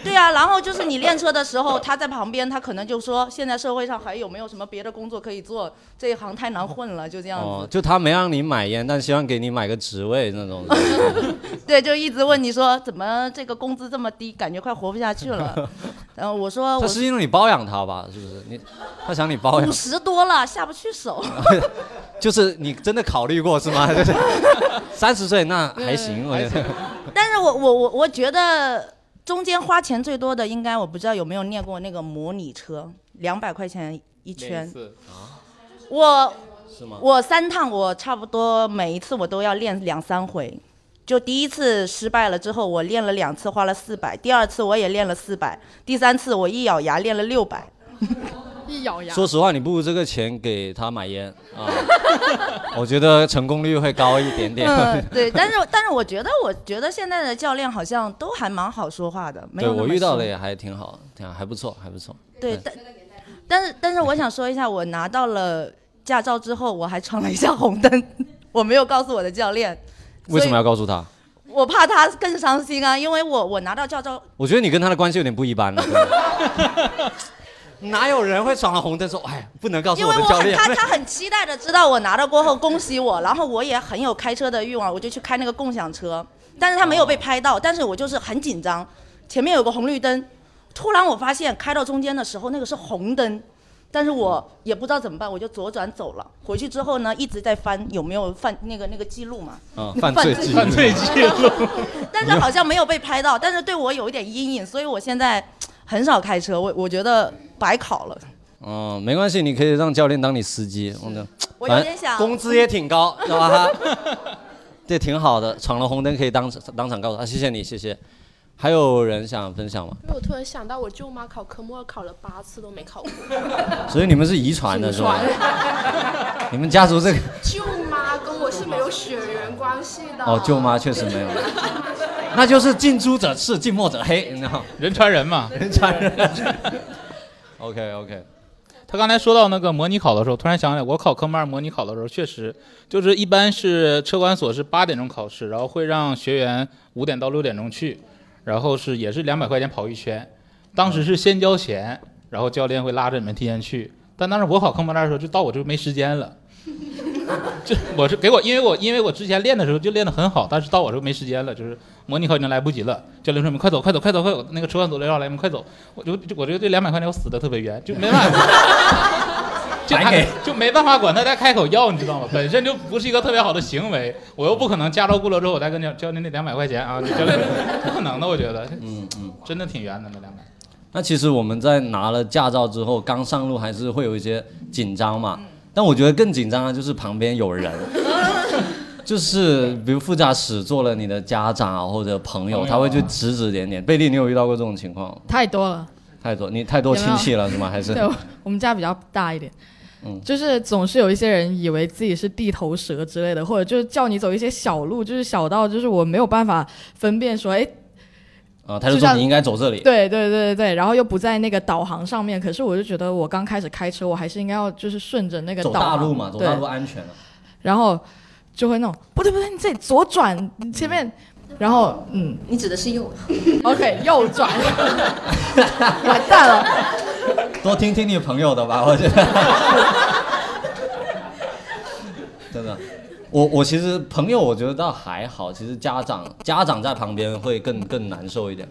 Speaker 8: 对啊，然后就是你练车的时候，他在旁边，他可能就说现在社会上还有没有什么别的工作可以做？这一行太难混了，就这样子。
Speaker 3: 哦，就他没让你买烟，但希望给你买个职位那种。
Speaker 8: 呃对，就一直问你说怎么这个工资这么低，感觉快活不下去 了。然后我说
Speaker 3: 他
Speaker 8: 我
Speaker 3: 是因为你包养他吧？是不是？你他想你包
Speaker 8: 五
Speaker 3: 养，
Speaker 8: 十多了，下不去 手。
Speaker 3: 就是你真的考虑过是 吗？就是三十岁那还行，我觉得。
Speaker 8: 但是我我我我觉得中间花钱最多的，应该我不知道有没有练过那个模拟车，两百块钱一圈。
Speaker 3: 啊
Speaker 8: 我
Speaker 3: 是吗
Speaker 8: 我三趟，我差不多每一次我都要练两三回。就第一次失败了之后，我练了两次，花了四百；第二次我也练了四百；第三次我一咬牙练了六百。
Speaker 4: 一咬牙
Speaker 3: 说实话，你不如这个钱给他买烟 啊，我觉得成功率会高一点点。
Speaker 8: 嗯， 对，但是但是我觉得，我觉得现在的教练好像都还蛮好说话的，没
Speaker 3: 对
Speaker 8: 有那
Speaker 3: 我
Speaker 8: 么
Speaker 3: 遇到
Speaker 8: 凶
Speaker 3: 的也还挺好，挺好还不错，还不错。
Speaker 8: 对，但但是但是我想说一下，我拿到了驾照之后，我还闯了一下红灯， 我没有告诉我的教练，
Speaker 3: 为什么要告诉他？
Speaker 8: 我怕他更伤心啊，因为我我拿到驾照，
Speaker 3: 我觉得你跟他的关系有点不一般了。真的 哪有人会闯了红灯说，哎，不能告诉
Speaker 8: 因为
Speaker 3: 的
Speaker 8: 我
Speaker 3: 教
Speaker 8: 很
Speaker 3: 练？
Speaker 8: 他他很期待的知道我拿到过后恭喜我，然后我也很有开车的欲望，我就去开那个共享车，但是他没有
Speaker 3: 哦
Speaker 8: 被拍到，但是我就是很紧张，前面有个红绿灯，突然我发现开到中间的时候那个是红灯。但是我也不知道怎么办，我就左转走了。回去之后呢，一直在翻有没有犯那个那个记录嘛。
Speaker 3: 嗯
Speaker 8: 那个
Speaker 3: 犯罪记录
Speaker 2: 犯罪记录。
Speaker 8: 但是好像没有被拍到，但是对我有一点阴影，所以我现在很少开车。我我觉得白考了。
Speaker 3: 嗯，没关系，你可以让教练当你司机。我的，
Speaker 8: 我
Speaker 3: 反
Speaker 8: 有
Speaker 3: 正
Speaker 8: 点想
Speaker 3: 工资也挺 高，知道 吧？这挺好的，闯了红灯可以当当场告诉他，谢谢你，谢谢。还有人想分享吗？
Speaker 5: 因为我突然想到，我舅妈考科目二考了八次都没考过。
Speaker 3: 所以你们是遗传的是吧？你们家族这个
Speaker 5: 舅妈跟我是没有血缘关系的。
Speaker 3: 哦，舅妈确实 没有，那就是近朱者赤，近墨者黑， 你知道吗？
Speaker 2: 人传人嘛。
Speaker 3: 人传人。OK OK，
Speaker 2: 他刚才说到那个模拟考的时候，突然想起来，我考科目二模拟考的时候，确实就是一般是车管所是八点钟考试，然后会让学员五点到六点钟去，然后是也是两百块钱跑一圈，当时是先交钱，然后教练会拉着你们提前去。但当时我考科目二的时候，就到我这没时间了，就我是给我，因为我因为我之前练的时候就练得很好，但是到我这没时间了，就是模拟考已经来不及了。教练说：“你们快走，快走，快走，快走！那个车管所的要来，你们快走！”我就就我觉得这两百块钱我死的特别冤，就没办法。就
Speaker 3: 白给
Speaker 2: 他就没办法管他再开口要，你知道吗？本身就不是一个特别好的行为，我又不可能驾照过了之后我再跟教教练那两百块钱啊，教练不可能的，我觉得，
Speaker 3: 嗯嗯。
Speaker 2: 真的挺冤的那两百。
Speaker 3: 那其实我们在拿了驾照之后，刚上路还是会有一些紧张嘛。
Speaker 2: 嗯
Speaker 3: 但我觉得更紧张的就是旁边 有人，就是比如副驾驶坐了你的家长啊或者朋
Speaker 2: 朋
Speaker 3: 友，
Speaker 2: 友啊
Speaker 3: 他会去指指点点。贝利，你有遇到过这种情况吗？
Speaker 4: 太多了。
Speaker 3: 太多，你太多
Speaker 4: 有没
Speaker 3: 亲
Speaker 4: 有
Speaker 3: 戚了是吗？还是
Speaker 4: 对，我我们家比较大一点，
Speaker 3: 嗯
Speaker 4: 就是总是有一些人以为自己是地头蛇之类的，或者就是叫你走一些小路，就是小到就是我没有办法分辨说，哎，
Speaker 3: 啊，他就
Speaker 4: 就
Speaker 3: 说
Speaker 4: 像
Speaker 3: 你应该走这里。
Speaker 4: 对对对对对，然后又不在那个导航上面，可是我就觉得我刚开始开车，我还是应该要就是顺着那个
Speaker 3: 走
Speaker 4: 导
Speaker 3: 大
Speaker 4: 航
Speaker 3: 路嘛，走
Speaker 4: 对
Speaker 3: 大路啊安全了。
Speaker 4: 然后就会那种不对不对，你这里左转，你前面，然后嗯
Speaker 9: 你指的是右。
Speaker 4: ，OK，右转，完蛋了。
Speaker 3: 多听听你朋友的吧，我觉得。真的，我我其实朋友我觉得倒还好，其实家长家长在旁边会更更难受一点。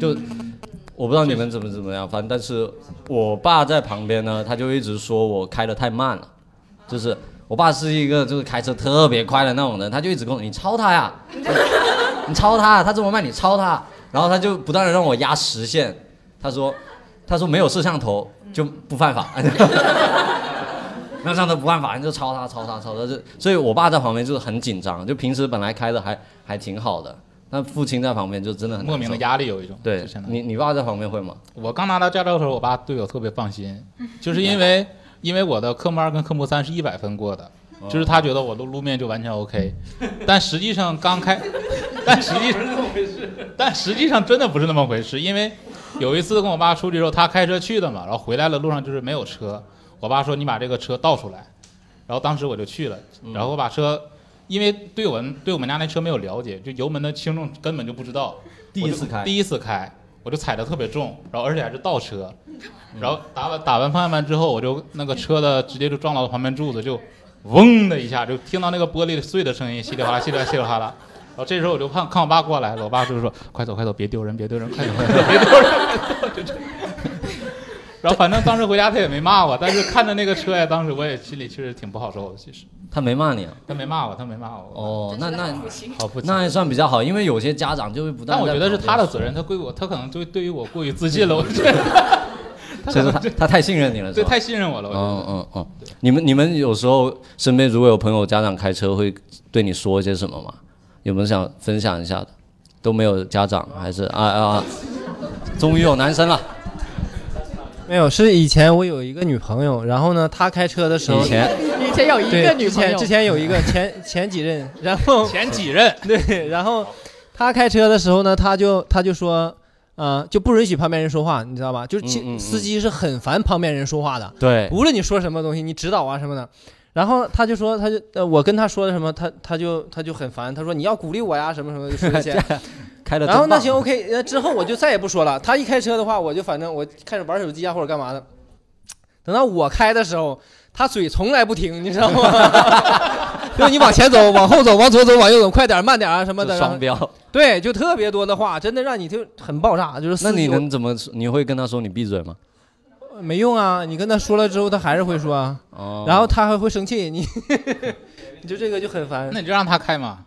Speaker 3: 就我不知道你们怎么怎么样，反正但是我爸在旁边呢，他就一直说我开的太慢了，就是我爸是一个就是开车特别快的那种人，他就一直跟我说你超他呀，你超他，他这么慢你超他，然后他就不断的让我压实线，他说他说没有摄像头就不犯法， 没有摄像头不犯法，你就超他超他超他，就所以我爸在旁边就是很紧张，就平时本来开的还还挺好的，但父亲在旁边就真的很
Speaker 2: 莫名的
Speaker 3: 难受
Speaker 2: 压力有一种。
Speaker 3: 对你你爸在旁边会吗？
Speaker 2: 我刚拿到驾照的时候，我爸对我特别放心， 就是因为因为我的科目二跟科目三是一百分过的，
Speaker 3: 哦
Speaker 2: 就是他觉得我路路面就完全 OK，但实际上刚开， 但实际上但实际上真的不是那么回事，因为有一次跟我爸出去的时候，他开车去的嘛，然后回来了路上就是没有车，我爸说你把这个车倒出来，然后当时我就去了，
Speaker 3: 嗯
Speaker 2: 然后我把车，因为对我们对我们家那车没有了解，就油门的轻重根本就不知道，
Speaker 3: 第一次
Speaker 2: 我就
Speaker 3: 开
Speaker 2: 第一次开，我就踩的特别重，然后而且还是倒车，然后打完打完方向盘之后，我就那个车的直接就撞到了旁边柱子，就嗡的一下，就听到那个玻璃碎的声音，稀里哗啦，稀里哗啦，稀里哗啦。然后这时候我就看看我爸过来了，我爸就说：“快走，快走，别丢人，别丢人，快走，快走，别丢人。别丢人” 然后反正当时回家他也没骂我，但是看着那个车呀，当时我也心里确实挺不好受的。其实
Speaker 3: 他没骂 你啊？
Speaker 2: 他没骂我，他没骂我，
Speaker 3: 哦，那那
Speaker 2: 好父亲。
Speaker 3: 那还算比较好，因为有些家长就会不
Speaker 2: 但
Speaker 3: 断地
Speaker 2: 我
Speaker 3: 在
Speaker 2: 觉
Speaker 3: 旁边说。
Speaker 2: 得是他的责任，他归我，他可能对对于我过于自信了，我 觉得。
Speaker 3: 所以说他他太信任你了，
Speaker 2: 对，
Speaker 3: 是吧
Speaker 2: 太信任我了，我觉得。
Speaker 3: 嗯嗯嗯，你们你们有时候身边如果有朋友家长开车会对你说一些什么吗？有没有想分享一下的？都没有家长还是啊啊啊！终于有男生了，
Speaker 10: 没有，是以前我有一个女朋友，然后呢，她开车的时候，
Speaker 3: 以前
Speaker 4: 以前有一
Speaker 10: 对
Speaker 4: 个女
Speaker 10: 之
Speaker 4: 朋
Speaker 10: 前
Speaker 4: 友，
Speaker 10: 之前有一个前前几任，然后
Speaker 2: 前几任，
Speaker 10: 对，然后她开车的时候呢，她就她就说，呃，就不允许旁边人说话，你知道吧？就是其、
Speaker 3: 嗯嗯嗯
Speaker 10: 司机是很烦旁边人说话的，
Speaker 3: 对，
Speaker 10: 无论你说什么东西，你指导啊什么的。然后他就说，他就呃，我跟他说的什么，他他就他就很烦，他说你要鼓励我呀，什么什么的，就说这些。
Speaker 3: 开的。
Speaker 10: 然后那行 OK，呃，之后我就再也不说了。他一开车的话，我就反正我开始玩手机啊或者干嘛的。等到我开的时候，他嘴从来不停，你知 道吗？就是你往前走，往后走，往左走，往右走，快点儿，慢点儿啊什么的。
Speaker 3: 这
Speaker 10: 然
Speaker 3: 双
Speaker 10: 后
Speaker 3: 标，
Speaker 10: 对，就特别多的话，真的让你就很爆炸，就是
Speaker 3: 那
Speaker 10: 司
Speaker 3: 你
Speaker 10: 机
Speaker 3: 能怎么？你会跟他说你闭嘴吗？
Speaker 10: 我没用啊，你跟他说了之后，他还是会说啊，
Speaker 3: 哦，
Speaker 10: 然后他还会生气，你 你就这个就很烦。
Speaker 2: 那你就让他开嘛。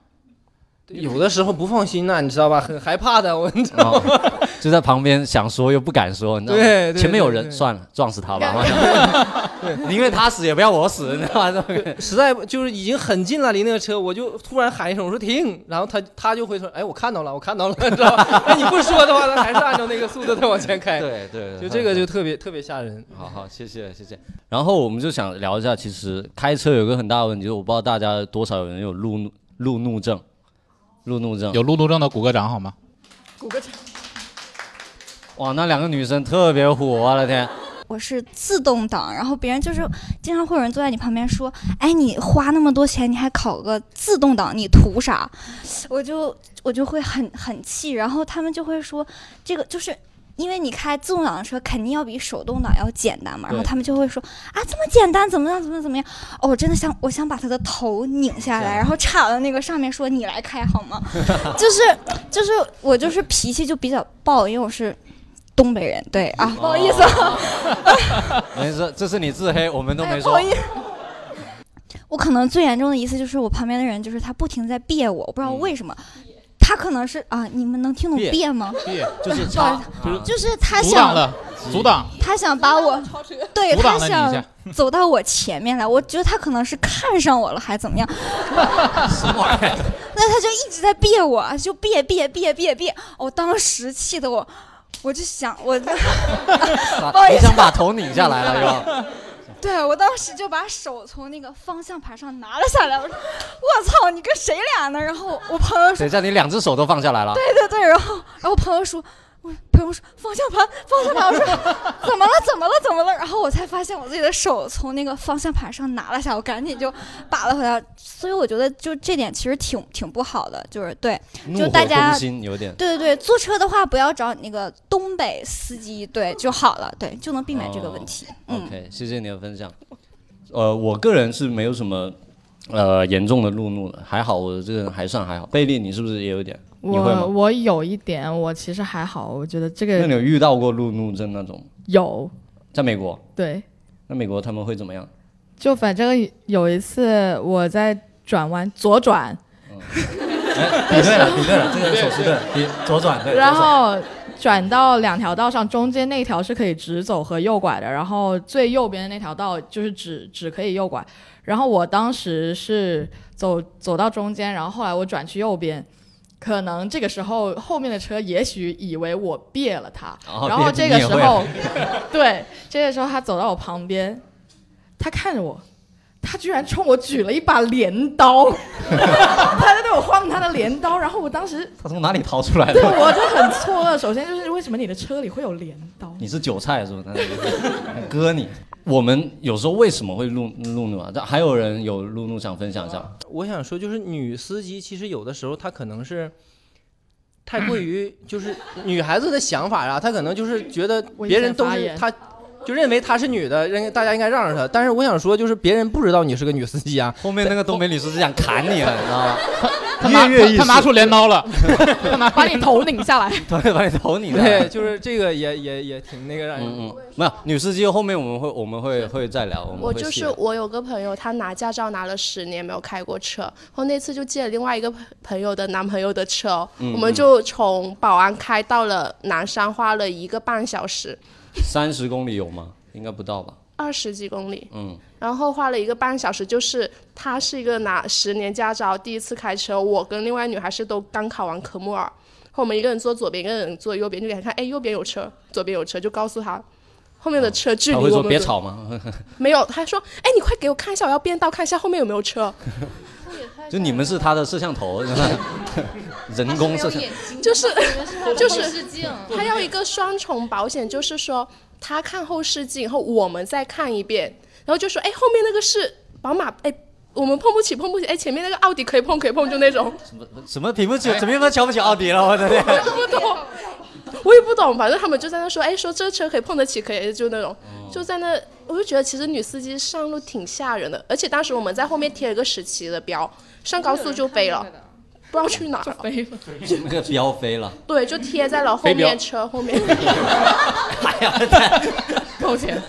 Speaker 10: 有的时候不放心呐、啊你知道吧？很害怕的，我你 知道吗
Speaker 3: 哦就在旁边想说又不敢说，你知道吗？
Speaker 10: 对对
Speaker 3: 前面有
Speaker 10: 对
Speaker 3: 人，
Speaker 10: 对
Speaker 3: 算了，撞死他吧。宁愿他死也不要我死，你知道吗？
Speaker 10: 实在不就是已经很近了，离那个车，我就突然喊一声，我说停，然后他他就会说，哎，我看到了，我看到了， 知道吧？哎那你不说的话，他还是按照那个速度在往前开，
Speaker 3: 对对，
Speaker 10: 就这个就特别特别吓人。
Speaker 3: 好好，谢谢谢谢。 然后我们就想聊一下，其实开车有个很大的问题，就是我不知道大家多少人有路怒路怒症，路怒症。
Speaker 2: 有路怒症的鼓个掌好吗？
Speaker 3: 哇，那两个女生特别火，我的天！
Speaker 9: 我是自动挡，然后别人就是经常会有人坐在你旁边说：“哎，你花那么多钱，你还考个自动挡，你图啥？”我就我就会很很气，然后他们就会说：“这个就是因为你开自动挡的车肯定要比手动挡要简单嘛。”然后
Speaker 3: 对
Speaker 9: 他们就会说：“啊，这么简单，怎么样，怎么样怎么样？”哦，我真的想我想把他的头拧下来，然后插到那个上面说：“你来开好吗？” 就是就是我就是脾气就比较暴，因为我是。东北人，对啊，
Speaker 8: 哦
Speaker 9: 不好意思啊，
Speaker 2: 哦
Speaker 3: 没事，这是你自黑，我们都
Speaker 9: 哎
Speaker 3: 没
Speaker 9: 不
Speaker 3: 说
Speaker 9: 好。意思。我可能最严重的一次就是我旁边的人，就是他不停地在别我，我不知道为什么。他可能是啊，你们能听懂
Speaker 3: 别
Speaker 9: 别吗？
Speaker 2: 嗯 别，
Speaker 3: 就是差，
Speaker 2: 就是
Speaker 9: 就是他
Speaker 2: 阻挡
Speaker 9: 想，
Speaker 2: 了，阻挡，
Speaker 9: 他想把我，对
Speaker 2: 阻挡了你一
Speaker 9: 他
Speaker 2: 下
Speaker 9: 想。走到我前面来。我觉得他可能是看上我了，还怎么样？那他就一直在别我，就别别别别别。我当时气得我，我就想我，不好意
Speaker 3: 你
Speaker 9: 思
Speaker 3: 想把头拧下来了是吧？
Speaker 9: 对我当时就把手从那个方向盘上拿了下来，我说我操，你跟谁俩呢？然后我朋友说
Speaker 3: 等一，下，你两只手都放下来了。
Speaker 9: 对对对，然后然后我朋友说，我朋友说方向盘方向盘，我说怎么了怎么了怎么了？然后我才发现我自己的手从那个方向盘上拿了下，我赶紧就拔了回来。所以我觉得就这点其实挺挺不好的，就是对，
Speaker 3: 怒
Speaker 9: 就
Speaker 3: 火
Speaker 9: 大家
Speaker 3: 攻心有点。
Speaker 9: 对对对，坐车的话不要找那个东北司机，对就好了，对就能避免这个问题。嗯。
Speaker 3: 哦 OK，谢哎谢你的分享。呃，我个人是没有什么呃严重的路怒的，还好我这个人还算还好。贝利，你是不是也有点？你会
Speaker 4: 我
Speaker 3: 吗？
Speaker 4: 我有一点，我其实还好，我觉得这
Speaker 3: 那你有
Speaker 4: 个
Speaker 3: 遇到过路怒症那种？
Speaker 4: 有
Speaker 3: 在美国，
Speaker 4: 对，
Speaker 3: 那美国他们会怎么 样？
Speaker 4: 就反正有一次我在转弯左转，
Speaker 3: 哎比对了，比对了，这个手势对了，比左转对。
Speaker 4: 然
Speaker 3: 左转
Speaker 4: 后转到两条道上，中间那条是可以直走和右拐的，然后最右边的那条道就是只只可以右拐。然后我当时是走走到中间，然后后来我转去右边。可能这个时候后面的车也许以为我别了他，
Speaker 3: 哦
Speaker 4: 然后
Speaker 3: 别
Speaker 4: 这
Speaker 3: 你
Speaker 4: 个
Speaker 3: 也
Speaker 4: 时
Speaker 3: 会
Speaker 4: 候，对，这个时候他走到我旁边，他看着我，他居然冲我举了一把镰刀， 他在对我晃他的镰刀，然后我当时
Speaker 3: 他从哪里掏出来的？
Speaker 4: 对，我就很错愕。首先就是为什么你的车里会有镰刀？
Speaker 3: 你是韭菜是不是？割你。我们有时候为什么会路路怒啊？这还有人有路怒想分享一下
Speaker 4: 哦
Speaker 3: 吗？
Speaker 10: 我想说，就是女司机其实有的时候她可能是 太过于就是女孩子的想法啊，她可能就是觉得别人都
Speaker 4: 危险发
Speaker 10: 是
Speaker 4: 言
Speaker 10: 她。就认为她是女的，认为大家应该让着她。但是我想说，就是别人不知道你是个女司机啊。
Speaker 3: 后面那个东北女司机想砍你了，你知道 吗？
Speaker 10: 他拿
Speaker 3: 跃跃欲
Speaker 10: 他
Speaker 3: 试
Speaker 10: 拿出
Speaker 2: 镰刀了，
Speaker 4: 把你头拧下来。
Speaker 3: 对，把你头拧下来
Speaker 10: 对，就是这个也也也挺那个让人。
Speaker 3: 嗯嗯，没有女司机后面我们会我们会会再聊，我们
Speaker 5: 我
Speaker 3: 会
Speaker 5: 就是
Speaker 3: 细聊
Speaker 5: 我有个朋友，他拿驾照拿了十年没有开过车，然后那次就借了另外一个朋朋友的男朋友的车哦、
Speaker 3: 嗯
Speaker 5: 我们
Speaker 3: 嗯
Speaker 5: 就从保安开到了南山，花了一个半小时，
Speaker 3: 三十公里有吗？应该不到吧？
Speaker 5: 二十几公里，
Speaker 3: 嗯，
Speaker 5: 然后花了一个半小时。就是他是一个拿十年驾照第一次开车，我跟另外女孩是都刚考完科目二，然后我们一个人坐左边，一个人坐右边，就给他看，哎，右边有车，左边有车，就告诉他。后面的车距离
Speaker 3: 哦他
Speaker 5: 我们
Speaker 3: 会说
Speaker 5: 左
Speaker 3: 别吵吗？
Speaker 5: 没有，他说：“哎，你快给我看一下，我要变道，看一下后面有没有车。
Speaker 3: 就你们是他的摄像头，是吧 人工摄像。
Speaker 5: 就是就
Speaker 6: 后视
Speaker 5: 是
Speaker 6: 镜
Speaker 5: 他要一个双重保险，就是说他看后视镜，然后我们再看一遍，然后就说：哎，后面那个是宝马，哎，我们碰不起，碰不起，哎，前面那个奥迪可以碰，可以碰，就那种。
Speaker 3: 什么听不起？怎么又瞧不起奥迪了？我的天！
Speaker 5: 我也不懂，我也不懂，反正他们就在那说：哎，说这车可以碰得起，可以，就那种，就在那。”我就觉得其实女司机上路挺吓人的，而且当时我们在后面贴了个十七的标，上高速就飞了，不知道去哪儿了。
Speaker 4: 飞了。
Speaker 3: 那个标飞了，
Speaker 5: 对，就贴在了后
Speaker 3: 飞镖哎
Speaker 5: 面车后 面。
Speaker 4: 扣钱。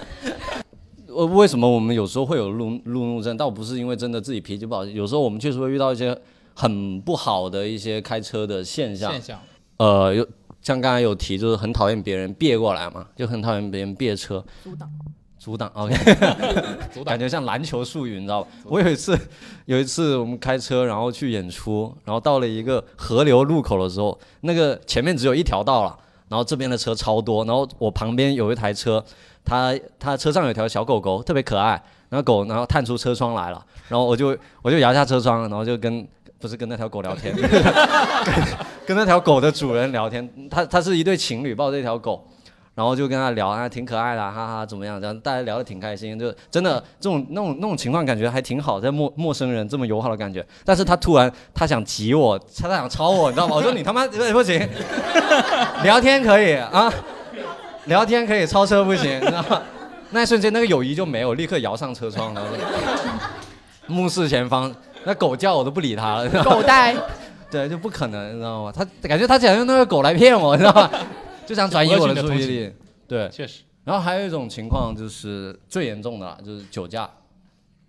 Speaker 3: 呃，为什么我们有时候会有路路怒症？倒不是因为真的自己脾气不好，有时候我们确实会遇到一些很不好的一些开车的现象。
Speaker 2: 现象。
Speaker 3: 呃，有像刚才有提，就是很讨厌别人别过来嘛，就很讨厌别人别车。
Speaker 4: 阻挡。
Speaker 3: 阻挡，OK，
Speaker 2: 阻挡
Speaker 3: 感觉像篮球术语，你知道吧？我有一次，有一次我们开车，然后去演出，然后到了一个河流路口的时候，那个前面只有一条道了，然后这边的车超多，然后我旁边有一台车，它它车上有条小狗狗，特别可爱，然后狗然后探出车窗来了，然后我就我就摇下车窗，然后就跟不是跟那条狗聊天， 跟跟那条狗的主人聊天，它它是一对情侣抱着一条狗，然后就跟他聊啊，挺可爱的啊，哈哈，怎么样？然后大家聊得挺开心，就真的这种那种那种情况，感觉还挺好，在陌陌生人这么友好的感觉。但是他突然他想挤我，他想超我，你知道吗？我说你他妈不行， 聊天可以啊，聊天可以，超车不行，你 知道吗？那一瞬间那个友谊就没有，立刻摇上车窗了， 目视前方。那狗叫我都不理它了，你知 道吗
Speaker 4: 狗带。
Speaker 3: 对，就不可能，你知道吗？他感觉他想用那个狗来骗我， 你知道吗？就想转移我的注意力。对，
Speaker 2: 确实。
Speaker 3: 然后还有一种情况就是最严重的啦，就是酒驾，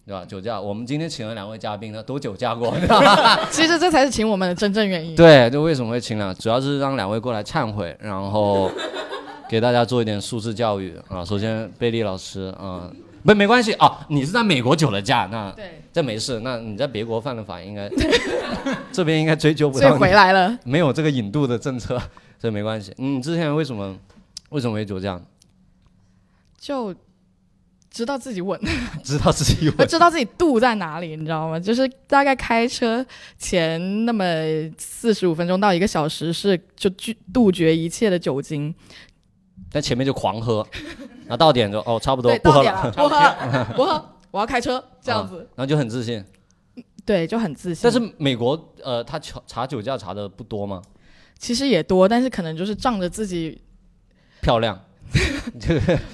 Speaker 3: 对吧？酒驾，我们今天请了两位嘉宾呢，都酒驾过， 你知道吗
Speaker 4: 其实这才是请我们的真正原因。
Speaker 3: 对，就为什么会请两，主要是让两位过来忏悔，然后 给大家做一点素质教育啊。首先，贝利老师啊，没没关系啊，你是在美国酒了驾，那
Speaker 4: 对，
Speaker 3: 这没事，那你在别国犯了法，应该 这边应该追究不
Speaker 4: 所以
Speaker 3: 到你。
Speaker 4: 回来了。
Speaker 3: 没有这个引渡的政策，所以没嗯关系。你之前为什么为什么会酒驾？
Speaker 4: 就知道自己稳，
Speaker 3: 知道自己
Speaker 4: 我
Speaker 3: 稳，
Speaker 4: 知道自己度在哪里，你知道吗？就是大概开车前那么四十五分钟到一个小时是就拒杜绝一切的酒精，
Speaker 3: 但前面就狂喝，那到点就哦差不多
Speaker 4: 对，
Speaker 3: 不
Speaker 4: 到
Speaker 3: 喝
Speaker 4: 点了，不喝，不喝，我要开车，这样
Speaker 3: 啊
Speaker 4: 子，
Speaker 3: 然后就很自信。
Speaker 4: 对，就很自信。
Speaker 3: 但是美国呃，他查查酒驾查的不多吗？
Speaker 4: 其实也多，但是可能就是仗着自己
Speaker 3: 漂亮，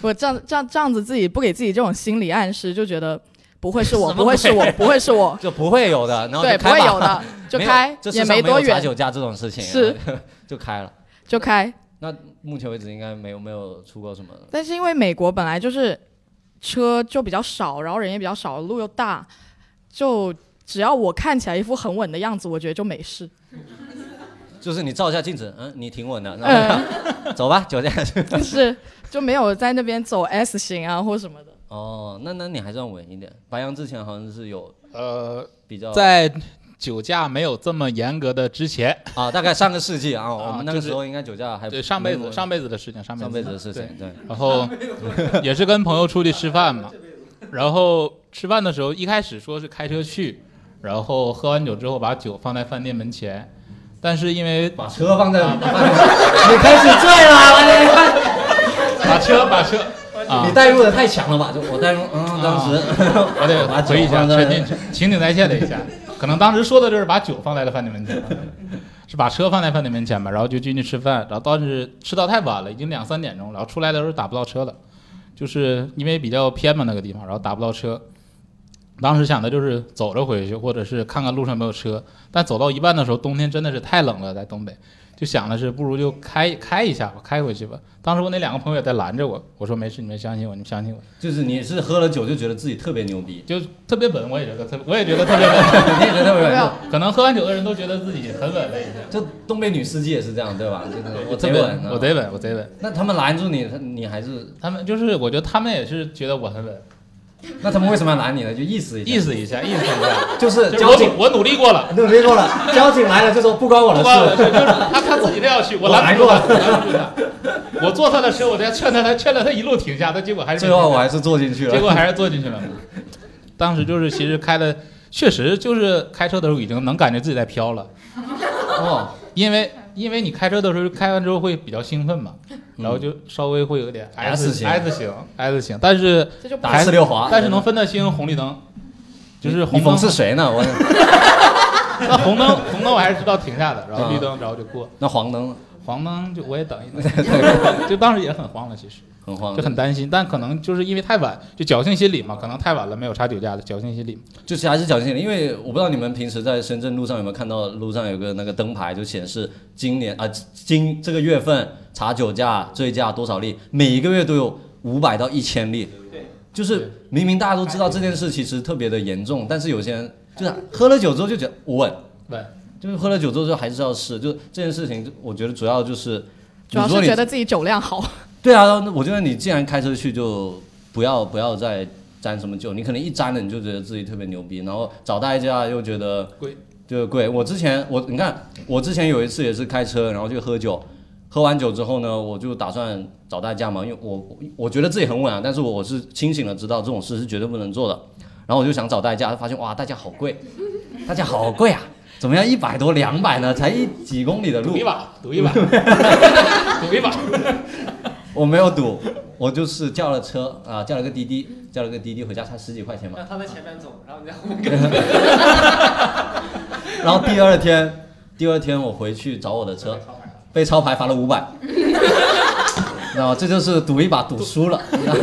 Speaker 4: 我这样这样这样子自己不给自己这种心理暗示，就觉得不会是 我，
Speaker 3: 什么
Speaker 4: 不会是我，不会是我，
Speaker 3: 就不会有的。然后就
Speaker 4: 对，不
Speaker 3: 开
Speaker 4: 会
Speaker 3: 吧，
Speaker 4: 有的 就
Speaker 3: 没有
Speaker 4: 开
Speaker 3: 这，世
Speaker 4: 也
Speaker 3: 上
Speaker 4: 没
Speaker 3: 有
Speaker 4: 多
Speaker 3: 查
Speaker 4: 远，
Speaker 3: 酒驾这种事情啊
Speaker 4: 是
Speaker 3: 就开了。
Speaker 4: 就开。
Speaker 3: 那目前为止应该没有没有出过什么
Speaker 4: 但是因为美国本来就是车就比较少，然后人也比较少，路又大，就只要我看起来一副很稳的样子，我觉得就没事。
Speaker 3: 就是你照一下镜子，嗯，你挺稳的，
Speaker 4: 嗯
Speaker 3: 走吧，酒驾。
Speaker 4: 是就没有在那边走 S 型啊或什么的。
Speaker 3: 哦，那那你还算稳一点。白羊之前好像是有
Speaker 2: 呃
Speaker 3: 比较
Speaker 2: 在酒驾没有这么严格的之前
Speaker 3: 啊，大概上个世纪啊，我们那个
Speaker 2: 就是
Speaker 3: 时候应该酒驾还
Speaker 2: 对上辈子上
Speaker 3: 辈
Speaker 2: 辈子的事情，上
Speaker 3: 上
Speaker 2: 辈
Speaker 3: 辈子的事情对
Speaker 2: 然后 也是跟朋友出去吃饭嘛，然后吃饭的时候一开始说是开车去，然后喝完酒之后把酒放在饭店门前，但是因为把
Speaker 3: 车放在
Speaker 2: 啊
Speaker 3: 你开始醉了，
Speaker 2: 把车把车啊，
Speaker 3: 你代入的太强了吧？就我代入，嗯，当时
Speaker 2: 我得
Speaker 3: 把酒
Speaker 2: 回忆一下，
Speaker 3: 放在
Speaker 2: 沉浸情景再现了一下。可能当时说的就是把酒放在了饭店门 前，是把车放在饭店门前吧，然后就进去吃饭，然后当时吃到太晚了，已经两三点钟了，然后出来的时候打不到车了，就是因为比较偏嘛那个地方，然后打不到车。当时想的就是走着回去，或者是看看路上有没有车。但走到一半的时候，冬天真的是太冷了，在东北，就想的是不如就开开一下吧，开回去吧。当时我那两个朋友也在拦着我，我说没事，你们相信我，你们相信我。
Speaker 3: 就是你是喝了酒就觉得自己特别牛逼，
Speaker 2: 就特别稳，我也觉得特，我也觉得特别稳，
Speaker 3: 你也觉得特别稳
Speaker 2: 对啊可能喝完酒的人都觉得自己很稳了已经。
Speaker 3: 就东北女司机也是这样，对吧？就是我
Speaker 2: 贼
Speaker 3: 特别稳，
Speaker 2: 我贼稳，我贼稳。
Speaker 3: 那他们拦住你，他你还是
Speaker 2: 他们就是，我觉得他们也是觉得我很稳。
Speaker 3: 那他们为什么要拦你呢？就意思一下，
Speaker 2: 意思一下，意思一下，
Speaker 3: 就
Speaker 2: 就
Speaker 3: 是
Speaker 2: 是
Speaker 3: 交
Speaker 2: 我
Speaker 3: 警
Speaker 2: 努我努力过了，
Speaker 3: 努力过了，交警来了就说不关我的
Speaker 2: 不关我的事，就是
Speaker 3: 事，
Speaker 2: 他他自己都要去，我
Speaker 3: 我
Speaker 2: 拦
Speaker 3: 来
Speaker 2: 不住
Speaker 3: 过
Speaker 2: 他，
Speaker 3: 了，
Speaker 2: 拦不住他。我坐他的 车，我在劝他，他劝了他一路停下，他结果还是没
Speaker 3: 最后
Speaker 2: 停
Speaker 3: 我
Speaker 2: 下
Speaker 3: 还是坐进去了，
Speaker 2: 结果还是坐进去了。当时就是其实开的，确实就是开车的时候已经能感觉自己在飘了。
Speaker 3: 哦，
Speaker 2: 因为因为你开车的时候开完之后会比较兴奋嘛，然后就稍微会有点
Speaker 3: 嗯 S 型
Speaker 2: S 型 S 型，但是
Speaker 4: 这就不
Speaker 2: 还
Speaker 3: 打四六滑
Speaker 2: 但是能分得清红绿灯，就是红
Speaker 3: 你讽
Speaker 2: 灯
Speaker 3: 刺谁呢？我
Speaker 2: 那 红灯红灯我还是知道停下的，然后
Speaker 3: 啊
Speaker 2: 绿灯然后就过，
Speaker 3: 那黄灯呢
Speaker 2: 黄灯就我也等 一 等，就当时也很慌了，其实。
Speaker 3: 很慌，
Speaker 2: 就很担心，但可能就是因为太晚，就侥幸心理嘛，可能太晚了，没有查酒驾的侥幸心理。
Speaker 3: 就是还是侥幸的，因为我不知道你们平时在深圳路上有没有看到路上有个那个灯牌，就显示今年啊今这个月份查酒驾醉驾多少例，每一个月都有五百到一千例，就是明明大家都知道这件事其实特别的严重，但是有些人就是喝了酒之后就觉得我稳，
Speaker 2: 对，
Speaker 3: 就是喝了酒之后就还是要试，就这件事情就，我觉得主要就是
Speaker 4: 主要
Speaker 3: 你说
Speaker 4: 是
Speaker 3: 你
Speaker 4: 觉得自己酒量好，
Speaker 3: 对啊，我觉得你既然开车去，就不要不要再沾什么酒。你可能一沾了，你就觉得自己特别牛逼，然后找代驾又觉得
Speaker 2: 贵，
Speaker 3: 就贵。我之前我你看，我之前有一次也是开车，然后去喝酒，喝完酒之后呢，我就打算找代驾嘛，因为我我我觉得自己很稳啊，但是我是清醒的知道这种事是绝对不能做的。然后我就想找代驾，发现哇，代驾好贵，代驾好贵啊！ 怎么样，一百多、两百呢？才一几公里的路，
Speaker 2: 赌一把，赌一把，赌一把。
Speaker 3: 我没有赌，我就是叫了车啊、叫了个滴滴，叫了个滴滴回家，才十几块钱嘛。
Speaker 10: 让他在前面走，然后你在后面
Speaker 3: 然后第二天，第二天我回去找我的车，被抄牌罚了五百，然后这就是赌一把赌输了，你知道吗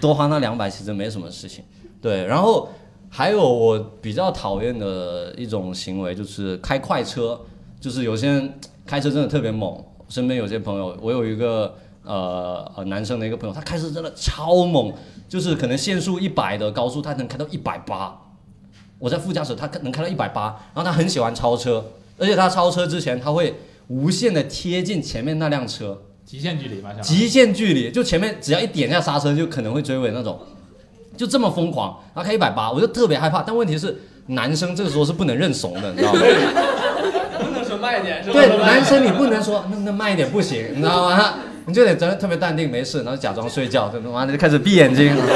Speaker 3: 多花那两百其实没什么事情。对，然后还有我比较讨厌的一种行为就是开快车，就是有些人开车真的特别猛，身边有些朋友，我有一个呃呃男生的一个朋友，他开车真的超猛，就是可能限速一百的高速，他能开到一百八。我在副驾驶，他能开到一百八，然后他很喜欢超车，而且他超车之前他会无限的贴近前面那辆车，
Speaker 2: 极限距离吧，相当于
Speaker 3: 极限距离，就前面只要一点一下刹车就可能会追尾那种，就这么疯狂，然后开一百八，我就特别害怕。但问题是，男生这个时候是不能认怂的，你知道吗？
Speaker 10: 不能说慢一点，是吧？
Speaker 3: 对，男生你不能说那那慢一点不行，你知道吗？你就得真的特别淡定，没事，然后假装睡觉，真的妈的就开始闭眼睛。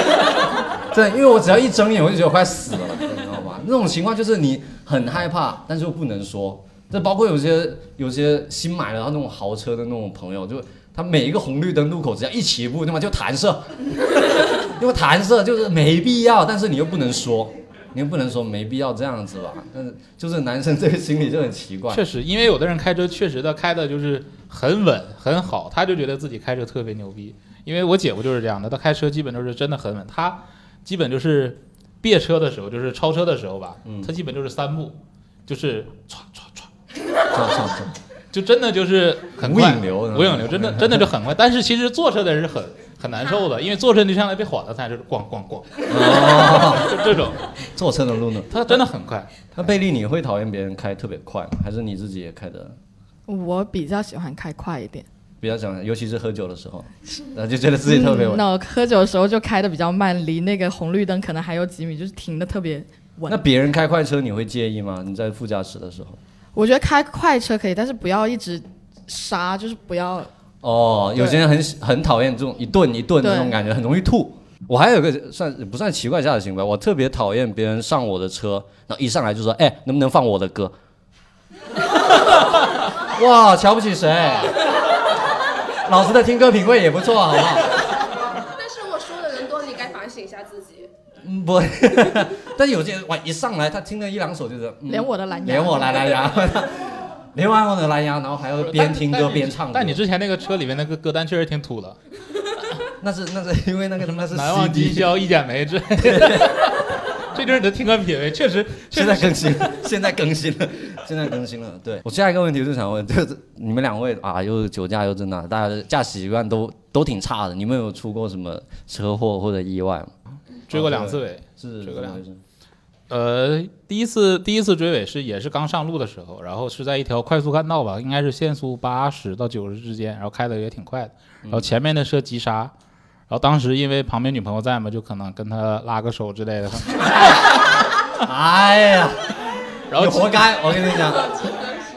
Speaker 3: 对，因为我只要一睁眼，我就觉得快死了，你知道吗？那种情况就是你很害怕，但是又不能说。这包括有些有些新买了那种豪车的那种朋友，就他每一个红绿灯路口只要一起步，他妈就弹射， 因为弹射就是没必要，但是你又不能说，你又不能说没必要这样子吧？但是就是男生这个心理就很奇怪。
Speaker 2: 确实，因为有的人开车确实的开的就是很稳很好，他就觉得自己开车特别牛逼。因为我姐夫就是这样的，他开车基本都是真的很稳，他基本就是别车的时候，就是超车的时候吧，
Speaker 3: 嗯
Speaker 2: 他基本就是三步，就是唰
Speaker 3: 唰唰，
Speaker 2: 就真的就是很
Speaker 3: 无
Speaker 2: 快
Speaker 3: 影流嗯
Speaker 2: 无影流，真的真的就 很快。但是其实坐车的人是很很难受的，因为坐车你就像被晃的菜，就是咣咣咣，就这种。
Speaker 3: 哦坐车的路呢？
Speaker 2: 他真的很快。
Speaker 3: 那贝利，你会讨厌别人开特别快吗？还是你自己也开的
Speaker 4: 我比较喜欢开快一点。
Speaker 3: 比较想，尤其是喝酒的时候，然后就觉得自己特别稳
Speaker 4: 嗯。那我喝酒的时候就开的比较慢，离那个红绿灯可能还有几米，就是停的特别稳。
Speaker 3: 那别人开快车你会介意吗？你在副驾驶的时候？
Speaker 4: 我觉得开快车可以，但是不要一直刹，就是不要。
Speaker 3: 哦，有些人很喜很讨厌这种一顿一顿的那种
Speaker 4: 对
Speaker 3: 感觉，很容易吐。我还有一个算不算奇怪下的行为？我特别讨厌别人上我的车，然后一上来就说：“哎，能不能放我的歌？”哇，瞧不起谁？老子的听歌品味也不错，好不好？
Speaker 5: 但是我说的人多，你该反省一下自己。
Speaker 3: 嗯不，但有些人哇一上来他听了一两首就是、嗯
Speaker 5: 连我的蓝牙
Speaker 3: 连我来蓝牙， 连完我的蓝牙，然后还要边听歌边唱歌。
Speaker 2: 但你之前那个车里面那个歌单确实挺土的，
Speaker 3: 那是那是因 为 那个他妈是
Speaker 2: 难忘
Speaker 3: CD
Speaker 2: 今宵一剪梅之 类的。这就是你的听歌品味，确实，确
Speaker 3: 现
Speaker 2: 实
Speaker 3: 在更新，现在更新了，现在更新了。对我下一个问题就想问，就是你们两位啊，又酒驾又真的，大家的驾驶习惯都都挺差的。你们有出过什么车祸或者意外吗？
Speaker 2: 追过两
Speaker 3: 哦
Speaker 2: 次尾，
Speaker 3: 是
Speaker 2: 追过
Speaker 3: 怎
Speaker 2: 两
Speaker 3: 么回
Speaker 2: 次。呃，第一次第一次追尾是也是刚上路的时候，然后是在一条快速干道吧，应该是限速八十到九十之间，然后开的也挺快的，然后前面的车急刹，然后当时因为旁边女朋友在嘛，就可能跟她拉个手之类的。
Speaker 3: 哎呀，
Speaker 2: 然后
Speaker 3: 你活该我跟你讲。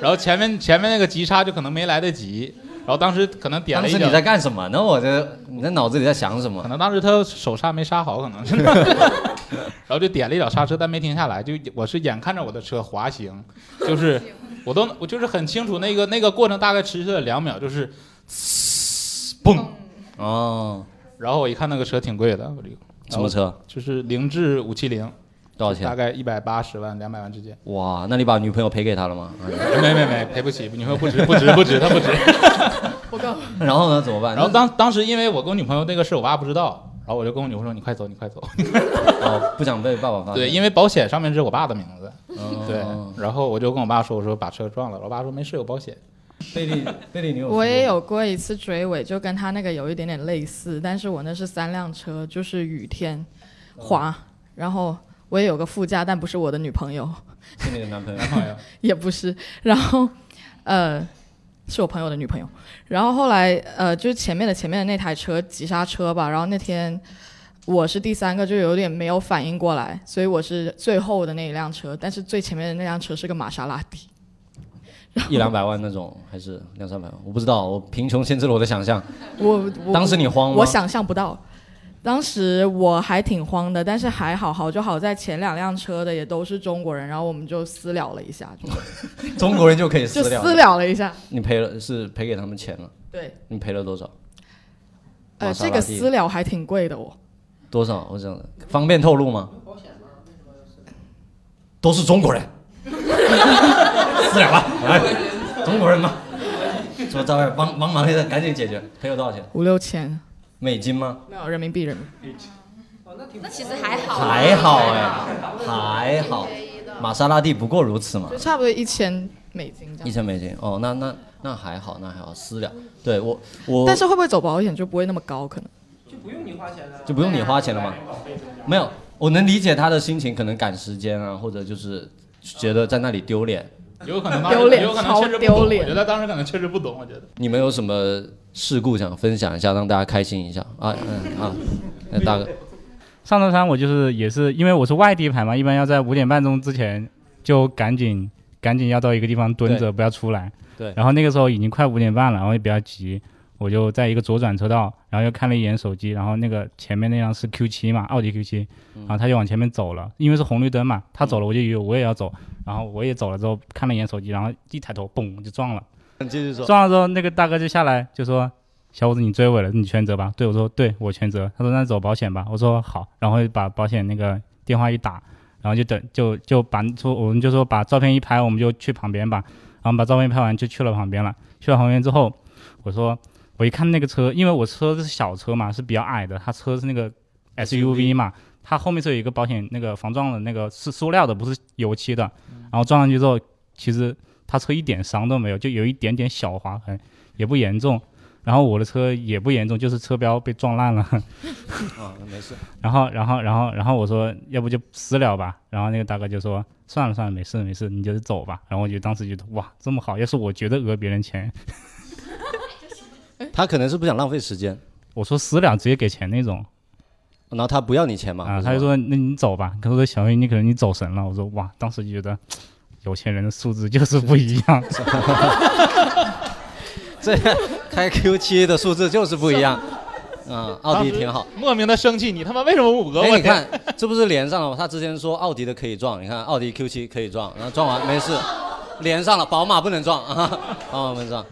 Speaker 2: 然后前面前面那个急刹就可能没来得及，然后当时可能点了
Speaker 3: 当
Speaker 2: 一
Speaker 3: 时
Speaker 2: 脚
Speaker 3: 你在干什么呢？我这你在脑子里在想什么
Speaker 2: 可？能当时他手刹没刹好，可 能是，然后就点了一脚刹车，但没停下来，就我是眼看着我的车滑行，就是我都我就是很清楚那个那个过程大概持续了两秒，就是呲嘣
Speaker 3: 哦，
Speaker 2: 然后我一看那个车挺贵的，我这个
Speaker 3: 什么车？
Speaker 2: 然后就是凌志五七零，
Speaker 3: 多少钱
Speaker 2: 大概一百八十万两百万之间，
Speaker 3: 哇，那你把女朋友赔给他了吗？啊
Speaker 2: 没没没赔不起，女朋友不值不值不值，她不 值。
Speaker 4: 不够。
Speaker 3: 然后呢？怎么办？
Speaker 2: 然后当当时因为我跟我女朋友那个事我爸不知道，然后我就跟我女朋友说：“你快走，你快走。”
Speaker 3: 哦，不想被爸爸发现。
Speaker 2: 对，因为保险上面是我爸的名字，
Speaker 3: 哦
Speaker 2: 对，然后我就跟我爸说，我说把车撞了，我爸说没事，有保险。
Speaker 3: 贝利，贝利，你有
Speaker 4: 我也有过一次追尾，就跟他那个有一点点类似，但是我那是三辆车，就是雨天滑，然后我也有个副驾，但不是我的女朋友，
Speaker 3: 是你的男朋友？
Speaker 4: 也不是，然后呃，是我朋友的女朋友。然后后来呃，就是前面的前面的那台车急刹车吧，然后那天我是第三个，就有点没有反应过来，所以我是最后的那一辆车，但是最前面的那辆车是个玛莎拉蒂。
Speaker 3: 一两百万那种，还是两三百万？我不知道，我贫穷限制了我的想象。
Speaker 4: 我我
Speaker 3: 当时你慌吗
Speaker 4: 我想象不到，当时我还挺慌的，但是还好，好就好在前两辆车的也都是中国人，然后我们就私聊了一下，就
Speaker 3: 中国人就可以私
Speaker 4: 就
Speaker 3: 聊，
Speaker 4: 私聊了一下。
Speaker 3: 你赔了是赔给他们钱了？
Speaker 4: 对，
Speaker 3: 你赔了多少？
Speaker 4: 呃，
Speaker 3: 玛莎
Speaker 4: 这
Speaker 3: 拉
Speaker 4: 个
Speaker 3: 蒂
Speaker 4: 私聊还挺贵的哦，
Speaker 3: 多少？我想方便透露吗？都是中国人，私聊吧，来，中国人嘛，什么招外帮帮忙一下，赶紧解决。赔了多少钱？
Speaker 4: 五六千，
Speaker 3: 美金吗？
Speaker 4: 没有人民币，人民币。
Speaker 11: 那其实还好
Speaker 3: 还好哎，还好，玛莎拉蒂不过如此嘛
Speaker 4: 就。差不多一千美金这样。
Speaker 3: 一千美金哦，那那那还好，那还好，私聊。对我我，
Speaker 4: 但是会不会走保险就不会那么高？可能
Speaker 3: 就不用你花钱了吗？没有，我能理解他的心情，可能赶时间啊，或者就是觉得在那里丢脸。
Speaker 2: 有可能当
Speaker 4: 丢
Speaker 2: 时
Speaker 4: 脸
Speaker 2: 有可能确实不
Speaker 4: 超丢
Speaker 2: 懂，
Speaker 4: 脸
Speaker 2: 我觉得当时可能确实不懂，我觉得。
Speaker 3: 你们有什么事故想分享一下，让大家开心一下啊？嗯啊，那大哥，
Speaker 12: 上周三我就是也是因为我是外地牌嘛，一般要在五点半钟之前就赶紧赶紧要到一个地方蹲着，
Speaker 3: 对
Speaker 12: 不要出来。
Speaker 3: 对
Speaker 12: 然后那个时候已经快五点半了，然后也比较急，我就在一个左转车道，然后又看了一眼手机，然后那个前面那辆是 Q 七嘛，奥迪 Q 七，
Speaker 3: 嗯
Speaker 12: 然后他就往前面走了，因为是红绿灯嘛，他走了我就以为我也要走，然后我也走了之后看了一眼手机，然后一抬头嘣就撞了，
Speaker 3: 继续说。
Speaker 12: 撞了之后那个大哥就下来就说。小伙子，你追尾了，你全责吧？对我说，对我全责。他说那走保险吧，我说好，然后把保险那个电话一打，然后就等就就把说我们就说把照片一拍，我们就去旁边吧，然后把照片拍完就去了旁边了。去了旁边之后，我说我一看那个车，因为我车是小车嘛，是比较矮的，他车是那个 SUV 嘛，它后面是有一个保险那个防撞的那个是塑料的，不是油漆的。
Speaker 3: 嗯
Speaker 12: 然后撞上去之后，其实他车一点伤都没有，就有一点点小划痕，也不严重。然后我的车也不严重，就是车标被撞烂了。
Speaker 3: 啊，没事。
Speaker 12: 然后，然后，然后，然后我说，要不就私了吧。然后那个大哥就说，算了算了，没事没事，你就是走吧。然后我就当时觉得，哇，这么好，要是我觉得讹别人钱，
Speaker 3: 他可能是不想浪费时间，
Speaker 12: 我说私了直接给钱那种。
Speaker 3: 哦然后他不要你钱嘛？
Speaker 12: 啊，
Speaker 3: 不是
Speaker 12: 他就
Speaker 3: 吗
Speaker 12: 说，那你走吧。他说，小云，你可能你走神了。我说，哇，当时就觉得，有钱人的素质就是不一样。
Speaker 3: 这开 Q 七的数字就是不 一样。嗯，奥迪挺好。，
Speaker 2: 莫名的生气，你他妈为什么讹
Speaker 3: 哎，
Speaker 2: 我？
Speaker 3: 你看，这不是连上了吗？他之前说奥迪的可以撞，你看奥迪 Q 七可以撞，然后撞完没事，连上了。宝马不能撞啊， 宝马不能撞。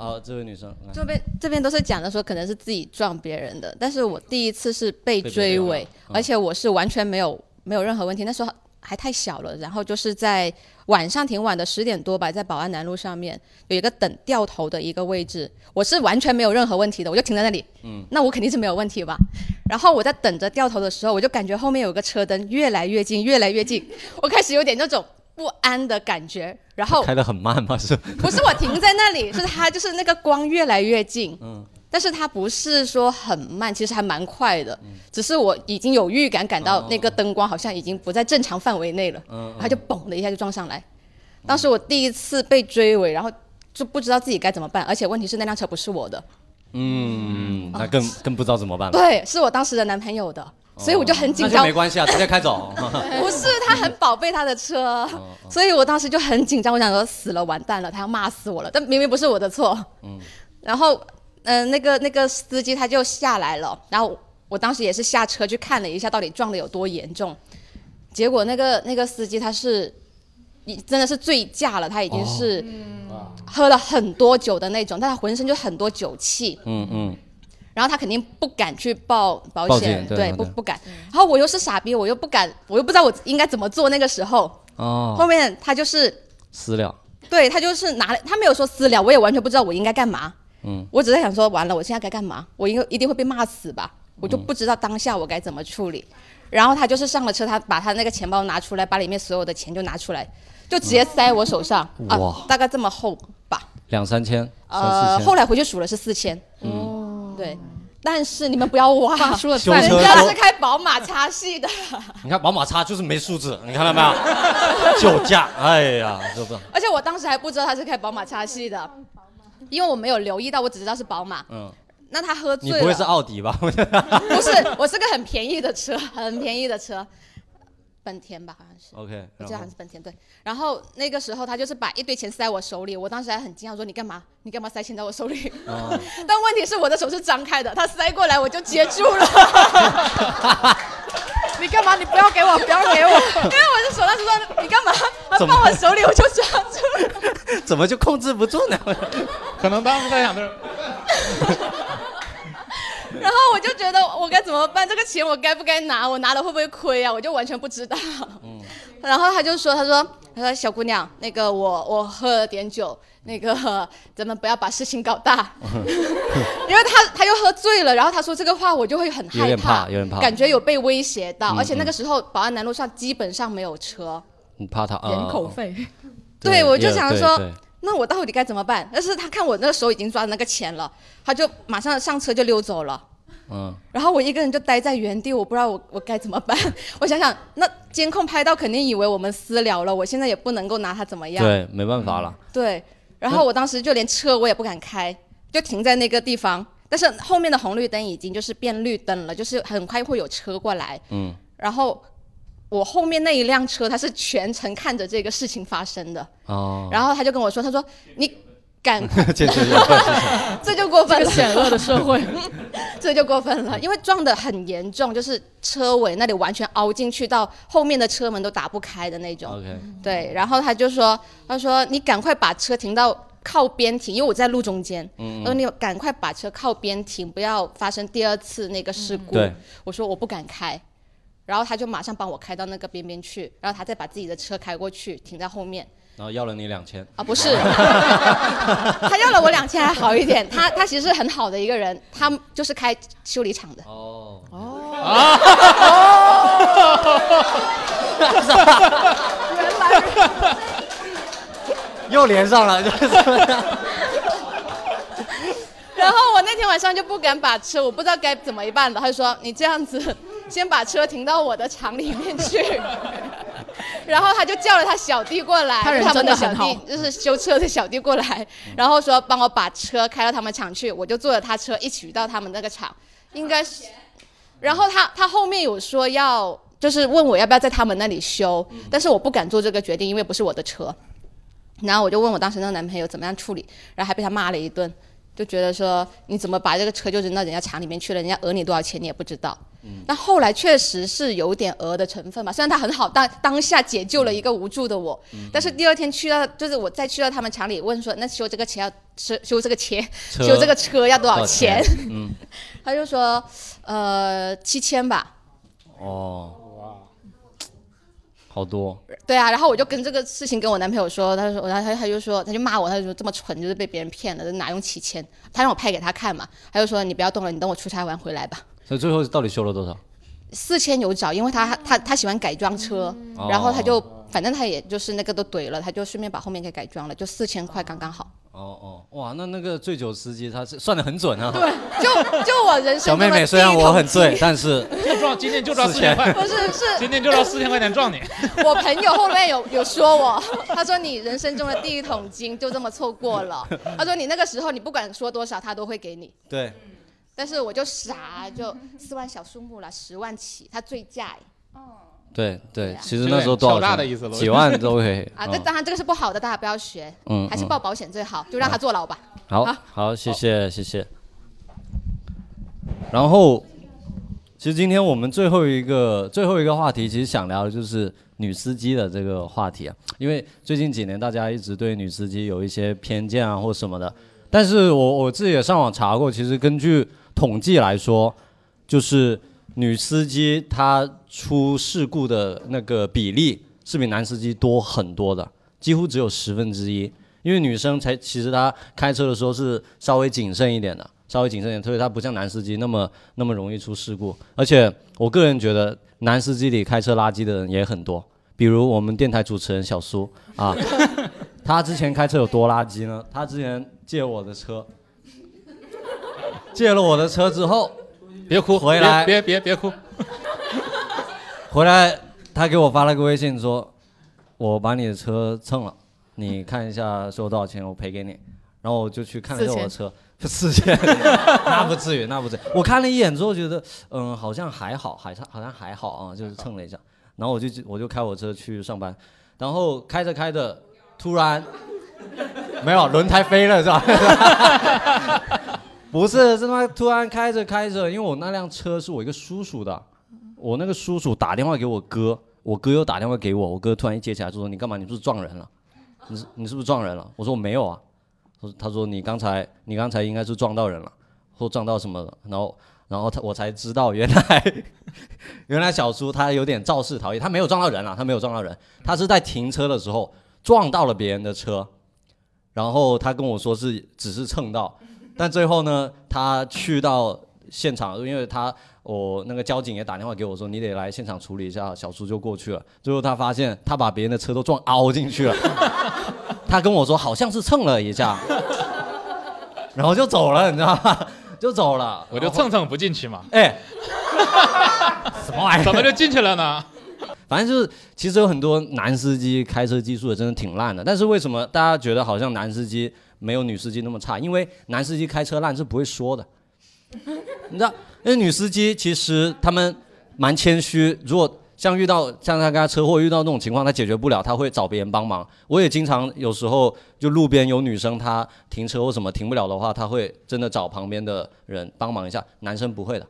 Speaker 3: 哦，这位女生，来
Speaker 13: 这边这边都是讲的说可能是自己撞别人的，但是我第一次是被
Speaker 3: 被别人嗯
Speaker 13: 追
Speaker 3: 撞
Speaker 13: 尾，而且我是完全没有没有任何问题，那时候还太小了。然后就是在晚上挺晚的十点多吧，在宝安南路上面有一个等掉头的一个位置，我是完全没有任何问题的，我就停在那里。
Speaker 3: 嗯，
Speaker 13: 那我肯定是没有问题吧。然后我在等着掉头的时候，我就感觉后面有个车灯越来越近，越来越近，我开始有点那种不安的感觉。然后
Speaker 3: 开得很慢嘛，是？
Speaker 13: 哦不是我停在那里，是 它就是那个光越来越近，
Speaker 3: 嗯，
Speaker 13: 但是它不是说很慢，其实还蛮快的，
Speaker 3: 嗯
Speaker 13: 只是我已经有预感感到那个灯光好像已经不在正常范围内了，
Speaker 3: 嗯
Speaker 13: 它就嘣的一下就撞上来。当时我第一次被追尾，然后就不知道自己该怎么办，而且问题是那辆车不是我的，
Speaker 3: 嗯，那更更不知道怎么办了。
Speaker 13: 对，是我当时的男朋友的，所以我就很紧
Speaker 3: 啊哦那
Speaker 13: 张
Speaker 3: 就没。关系啊，直接开 走。
Speaker 13: 不是，他很宝贝他的车，
Speaker 3: 哦
Speaker 13: 所以我当时就很紧张，我想说死了完蛋了，他要骂死我了，但明明不是我的错。
Speaker 3: 嗯
Speaker 13: 然后，嗯、那个那个司机他就下来了，然后我当时也是下车去看了一下到底撞的有多严重，结果那个那个司机他是，已真的是醉驾了，他已经是喝了很多酒的那种，但他浑身就很多酒气，
Speaker 3: 嗯嗯，
Speaker 13: 然后他肯定不敢去报保
Speaker 3: 报
Speaker 13: 险，
Speaker 3: 警对对
Speaker 13: 不
Speaker 3: 对
Speaker 13: 不敢。然后我又是傻逼，我又不敢，我又不知道我应该怎么做。那个时候，后
Speaker 3: 哦，
Speaker 13: 面他就是
Speaker 3: 私了。
Speaker 13: 对他就是拿了，他没有说私了，我也完全不知道我应该干嘛。
Speaker 3: 嗯，
Speaker 13: 我只是想说，完了，我现在该干嘛？我应该一定会被骂死吧？我
Speaker 3: 嗯
Speaker 13: 就不知道当下我该怎么处理。然后他就是上了车，他把他那个钱包拿出来，把里面所有的钱就拿出来，就直接塞我手上、
Speaker 3: 哇
Speaker 13: 啊，大概这么厚吧。
Speaker 3: 两三千，三
Speaker 13: 呃
Speaker 3: 四，千。
Speaker 13: 后来回去数了是四千。
Speaker 3: 嗯
Speaker 13: 哦，对。但是你们不要挖，
Speaker 3: 发出了
Speaker 13: 人
Speaker 3: 修赞车
Speaker 13: 家
Speaker 3: 说
Speaker 13: 是开宝马叉 系的，
Speaker 3: 你看宝马叉就是没素质，你看到没有？ 酒驾，哎呀，是不是？
Speaker 13: 而且我当时还不知道他是开宝马叉系的，因为我没有留意到，我只知道是宝马。
Speaker 3: 嗯，
Speaker 13: 那他喝醉
Speaker 3: 你
Speaker 13: 了，
Speaker 3: 不会是奥迪吧？
Speaker 13: 不是，我是个很便宜的车， 很便宜的车，本田吧，好像是。
Speaker 3: OK，
Speaker 13: 我记得
Speaker 3: 然
Speaker 13: 好
Speaker 3: 后
Speaker 13: 像是本田，对。然后那个时候他就是把一堆钱塞我手里，我当时还很惊讶，说你干嘛？你干嘛塞钱在我手里？
Speaker 9: 어.
Speaker 3: 哦
Speaker 13: 但问题是我的手是张开的，他塞过来我就接住了。 你干嘛？你不要给我，不要给我！因为我的手当时说你干嘛？他
Speaker 3: 怎么
Speaker 13: 放我手里我就抓住了。
Speaker 3: 怎么就控制不住呢？
Speaker 2: 可能当时在想的是，
Speaker 13: 然后我就觉得我该怎么办？这个钱我该不该拿？我拿了会不会亏啊？我就完全不知道。
Speaker 3: 嗯
Speaker 13: 然后他就说：“他说，他说小姑娘，那个我我喝了点酒，那个咱们不要把事情搞大，
Speaker 3: 哦
Speaker 13: 因为他他又喝醉了。然后他说这个话，我就会很
Speaker 3: 有
Speaker 13: 害
Speaker 3: 点
Speaker 13: 怕，
Speaker 3: 怕有点怕
Speaker 13: 感觉有被威胁到。
Speaker 3: 嗯
Speaker 13: 而且
Speaker 3: 嗯
Speaker 13: 那个时候宝安南路上基本上没有车，
Speaker 3: 你怕他啊？
Speaker 13: 人口
Speaker 4: 费。
Speaker 13: 对我就
Speaker 3: 也
Speaker 13: 想
Speaker 3: 对
Speaker 13: 说
Speaker 3: 对，
Speaker 13: 那我到底该怎么办？但是他看我那个时候已经抓了那个钱了，他就马上上车就溜走了。”
Speaker 3: 嗯，
Speaker 13: 然后我一个人就待在原地，我不知道我我该怎么办。 我想想，那监控拍到肯定以为我们私聊了，我现在也不能够拿他怎么样。
Speaker 3: 对，没办法了。
Speaker 13: 对然后我当时就连车我也不敢开，就停在那个地方。但是后面的红绿灯已经就是变绿灯了，就是很快会有车过来。
Speaker 3: 嗯，
Speaker 13: 然后我后面那一辆车，它是全程看着这个事情发生的。
Speaker 3: 哦，
Speaker 13: 然后他就跟我说，他说你。 干
Speaker 1: 健身要饭市场。
Speaker 13: 这就过分
Speaker 14: 这
Speaker 13: 了，
Speaker 14: 个险恶的社会，
Speaker 13: 这就过分了，因为撞得很严重，就是车尾那里完全凹进去，到后面的车门都打不开的那种。
Speaker 1: OK，
Speaker 13: 对，然后他就说，他说你赶快把车停到靠边停，因为我在路中间，
Speaker 1: 嗯
Speaker 13: 他说你赶快把车靠边停，不要发生第二次那个事故。
Speaker 1: 对
Speaker 13: 我说我不敢开。然后他就马上帮我开到那个边边去，然后他再把自己的车开过去，停在后面。
Speaker 3: 然后要了你两千
Speaker 13: 啊，不是， 他要了我两千还好一点，他他其实很好的一个人，他就是开修理厂的。
Speaker 3: 哦
Speaker 13: 原来
Speaker 3: 又连上了，
Speaker 13: 然后我那天晚上就不敢把车，我不知道该怎么一办了。他就说：“你这样子，先把车停到我的厂里面去。”然后他就叫了他小弟过来，
Speaker 14: 他人
Speaker 13: 就他们的
Speaker 14: 真
Speaker 13: 小
Speaker 14: 的很
Speaker 13: 弟就是修车的小弟过来，然后说帮我把车开到他们厂去，我就坐着他车一起到他们那个厂，应该是。然后他他后面有说要，就是问我要不要在他们那里修，但是我不敢做这个决定，因为不是我的车。然后我就问我当时那个男朋友怎么样处理，然后还被他骂了一顿，就觉得说你怎么把这个车就扔到人家厂里面去了，人家讹你多少钱你也不知道。
Speaker 3: 嗯
Speaker 13: 那后来确实是有点讹的成分吧，虽然他很好，但当下解救了一个无助的我。但是第二天去到，就是我再去到他们厂里问说，那修这个钱要修修这个钱
Speaker 14: 车
Speaker 13: 修这个车要
Speaker 14: 多
Speaker 13: 多少
Speaker 14: 少
Speaker 13: 钱
Speaker 14: 钱？嗯
Speaker 13: 他就说，呃，七千吧。
Speaker 3: 哦，好多，
Speaker 13: 对啊，然后我就跟这个事情跟我男朋友说，他说，然后他他就说，他就骂我，他就说这么蠢，就是被别人骗了，哪用七千？他让我拍给他看嘛，他就说你不要动了，你等我出差完回来吧。
Speaker 3: 所以最后到底修了多少？
Speaker 13: 四千有找，因为他他他喜欢改装车，
Speaker 3: 哦
Speaker 13: 然后他就反正他也就是那个都怼了，他就顺便把后面给改装了，就四千块刚刚好。
Speaker 3: 哦哦，哇，那那个醉酒司机他是算的很准啊。
Speaker 13: 对，就就我人
Speaker 3: 小
Speaker 13: 生
Speaker 3: 妹
Speaker 13: 中的
Speaker 3: 妹，虽然我很醉，但是
Speaker 2: 就撞今天就撞
Speaker 3: 四
Speaker 2: 四千块，
Speaker 3: 千
Speaker 13: 不是是
Speaker 2: 今天就撞四千块钱撞你。
Speaker 13: 我朋友后面有有说我， 他说你人生中的第一桶金就这么错过 了，他说你那个时候你不管说多少他都会给你，
Speaker 3: 对，
Speaker 13: 但是我就傻， 就四万小数目了，十万起，他醉驾哎
Speaker 3: 哦对对
Speaker 13: 啊，
Speaker 3: 其实那时候多少
Speaker 2: 敲诈
Speaker 3: 钱？
Speaker 2: 的意思了
Speaker 3: 几万都可以。
Speaker 13: 啊，
Speaker 3: 嗯
Speaker 13: 这当然这个是不好的，大家不要学，
Speaker 3: 嗯
Speaker 13: 还是
Speaker 3: 嗯
Speaker 13: 报保险最好，就让他坐牢吧。
Speaker 3: 好好，谢谢谢谢。然后，其实今天我们最后一个最后一个话题，其实想聊的就是女司机的这个话题啊，因为最近几年大家一直对女司机有一些偏见啊或什么的，但是我我自己也上网查过，其实根据统计来说，就是女司机她出事故的那个比例是比男司机多很多的，几乎只有十分之一。因为女生才其实她开车的时候是稍微谨慎一点的，稍微谨慎一点，特别她不像男司机那么呃那么容易出事故。而且我个人觉得，男司机里开车垃圾的人也很多，比如我们电台主持人小苏啊，他之前开车有多垃圾呢？他之前借我的车，借了我的车之后，
Speaker 2: 别哭，
Speaker 3: 回来
Speaker 2: 别别别别哭，
Speaker 3: 回来，他给我发了个微信说，我把你的车蹭了，你看一下收多少钱，我赔给你。然后我就去看了一下我的车，四千， 那不至于，那不至于。我看了一眼之后觉得，嗯，好像还好，好像好像还好啊，就是蹭了一下。然后我就我就开我车去上班，然后开着开着，突然没有轮胎飞了是吧？不是，是他妈突然开着开着，因为我那辆车是我一个叔叔的，我那个叔叔打电话给我哥，我哥又打电话给我，我哥突然一接起来就说：“你干嘛？你是不是撞人了？你是你是不是撞人了？”我说：“我没有啊。”他说：“他说你刚才你刚才应该是撞到人了，或撞到什么了。”然后然后他我才知道原来 原来小叔他有点肇事逃逸，他没有撞到人啊，他没有撞到人，他是在停车的时候撞到了别人的车，然后他跟我说是只是蹭到，但最后呢，他去到现场，因为他我那个交警也打电话给我说，你得来现场处理一下，小叔就过去了。最后他发现他把别人的车都撞凹进去了，他跟我说好像是蹭了一下，然后就走了，你知道吗？就走了，
Speaker 2: 我就蹭蹭不进去嘛。
Speaker 3: 哎，什么玩意儿？
Speaker 2: 怎么就进去了呢？
Speaker 3: 反正就是，其实有很多男司机开车技术也真的挺烂的。但是为什么大家觉得好像男司机没有女司机那么差？因为男司机开车烂是不会说的， 嗯你知道？因为女司机其实他们蛮谦虚，如果像遇到像他刚才车祸遇到那种情况，他解决不了，他会找别人帮忙。我也经常有时候就路边有女生，她停车或什么停不了的话，她会真的找旁边的人帮忙一下。男生不会的，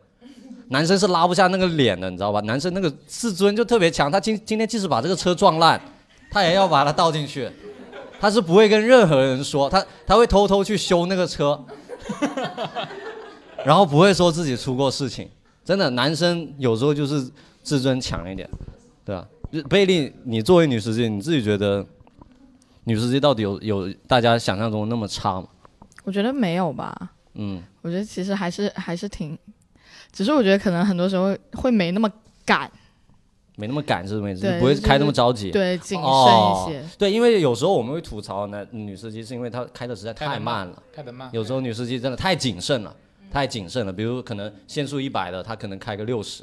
Speaker 3: 男生是拉不下那个脸的，你知道吧？男生那个自尊就特别强，他今今天即使把这个车撞烂，他也要把它倒进去。他是不会跟任何人说，他他会偷偷去修那个车， 然后不会说自己出过事情。真的，男生有时候就是自尊强一点，对吧？就贝利，你作为女司机，你自己觉得女司机到底有有大家想象中那么差吗？
Speaker 4: 我觉得没有吧，
Speaker 3: 嗯，
Speaker 4: 我觉得其实还是还是挺，只是我觉得可能很多时候会没那么敢，
Speaker 3: 没那么赶是没
Speaker 4: 对
Speaker 3: 不会
Speaker 4: 就是
Speaker 3: 开那么着急，
Speaker 4: 对谨慎一些
Speaker 3: 哦。对，因为有时候我们会吐槽男女司机，是因为他开的实在
Speaker 2: 开得
Speaker 3: 太慢了，
Speaker 2: 开得慢
Speaker 3: 有时候女司机真的太谨慎了，太谨慎了。比如可能限速一百的，她可能开个六十。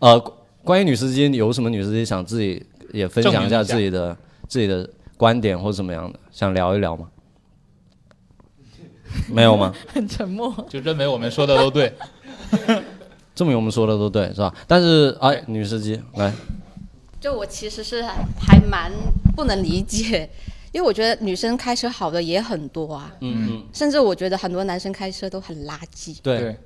Speaker 3: 呃，关于女司机，有什么女司机想自己也分享一下自己的自己的观点或怎么样的，想聊一聊吗？没 有吗？
Speaker 4: 很沉默。
Speaker 2: 就认为我们说的都对。
Speaker 3: 证明我们说的都对，是吧？但是哎，女司机来，
Speaker 13: 就我其实是还蛮不能理解， 因为我觉得女生开车好的也很多啊，
Speaker 3: 嗯嗯，
Speaker 13: 甚至我觉得很多男生开车都很垃圾。
Speaker 3: 对，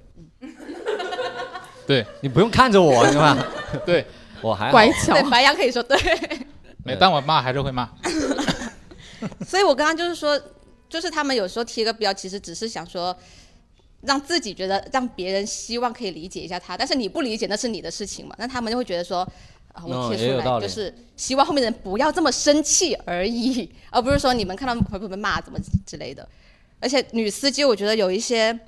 Speaker 2: 对
Speaker 3: 你不用看着我，是吧？
Speaker 2: 对，
Speaker 3: 我还好
Speaker 13: 对，白羊可以说 对。
Speaker 2: 没，但我骂还是会骂。
Speaker 13: 所以我刚刚就是说，就是他们有时候贴个标，其实只是想说，让自己觉得让别人希望可以理解一下他，但是你不理解那是你的事情嘛，那他们就会觉得说。啊，我
Speaker 3: 嗯
Speaker 13: 贴
Speaker 3: 也
Speaker 13: 出
Speaker 3: 有道
Speaker 13: 来
Speaker 3: 理
Speaker 13: 就是希望后面的人不要这么生气而已，而不是说你们看到朋友们骂怎么之类的。而且女司机，我觉得有一些，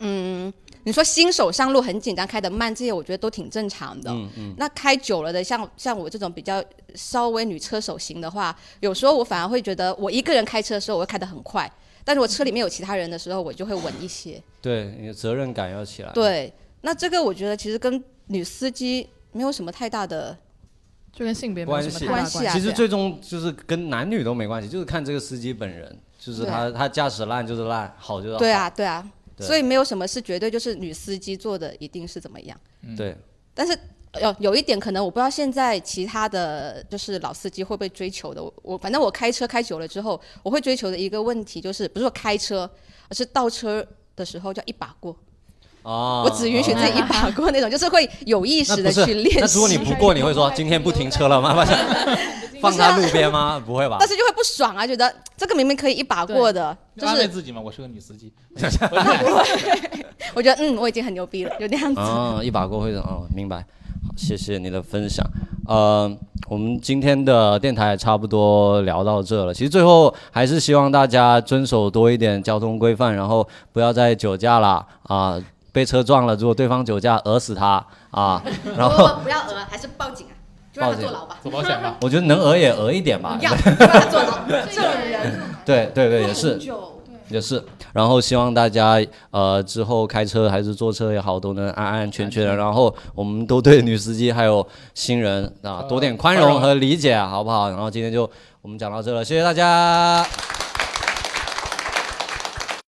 Speaker 13: 嗯，你说新手上路很紧张，开得慢，这些我觉得都挺正常的。
Speaker 8: 嗯嗯
Speaker 13: 那开久了的，像像我这种比较稍微女车手型的话，有时候我反而会觉得，我一个人开车的时候，我会开得很快，但是我车里面有其他人的时候，我就会稳一
Speaker 3: 嗯
Speaker 13: 些。
Speaker 3: 对，你的责任感要起来。，
Speaker 13: 对，那这个我觉得其实跟女司机没有什么太大的，
Speaker 4: 就跟性别
Speaker 3: 关系
Speaker 13: 关系啊。
Speaker 3: 其实
Speaker 13: 对啊
Speaker 3: 最终就是跟男女都没关系，就是看这个司机本人，就是他他驾驶烂就是烂，好就是好。
Speaker 13: 对啊，对啊，
Speaker 3: 对
Speaker 13: 所以没有什么是绝对就是女司机做的一定是怎么样。
Speaker 3: 对，
Speaker 13: 但是呃有有一点可能，我不知道现在其他的就是老司机会不会追求的。我我反正我开车开久了之后，我会追求的一个问题就是，不是说开车，而是倒车的时候叫一把过。
Speaker 3: 哦，
Speaker 13: 我只允许自己一把过那种，就是会有意识
Speaker 3: 那
Speaker 13: 的
Speaker 3: 不是
Speaker 13: 去练习。
Speaker 3: 那如果你不过，你会说今天不停车了吗？ 放在路边吗？不会吧
Speaker 13: 但？是就会不爽啊，觉得这个明明可以一把过的，就
Speaker 3: 啊
Speaker 2: 安慰
Speaker 13: 是
Speaker 2: 自己嘛，我是个女 司机。
Speaker 13: 我觉得嗯，我已经很牛逼了，就那样子。
Speaker 3: 啊，一把过会的哦，明白。好，谢谢你的分享。呃，我们今天的电台也差不多聊到这了。其实最后还是希望大家遵守多一点交通规范，然后不要再酒驾啦啊、被车撞了，如果对方酒驾，讹死他啊。然后
Speaker 13: 不要讹，还是报警啊，就让
Speaker 3: 报
Speaker 13: 他
Speaker 3: 警
Speaker 13: 坐牢吧，
Speaker 2: 走保险吧。
Speaker 3: 我觉得能讹也讹一点吧。
Speaker 13: 要就让他坐 牢，这种人。
Speaker 3: 对对对，也是，也是。然后希望大家呃之后开车还是坐车也好，都能安安全全的。然后我们都对女司机还有新人啊啊多点宽容和理解，好不好？然后今天就我们讲到这了，谢谢大家。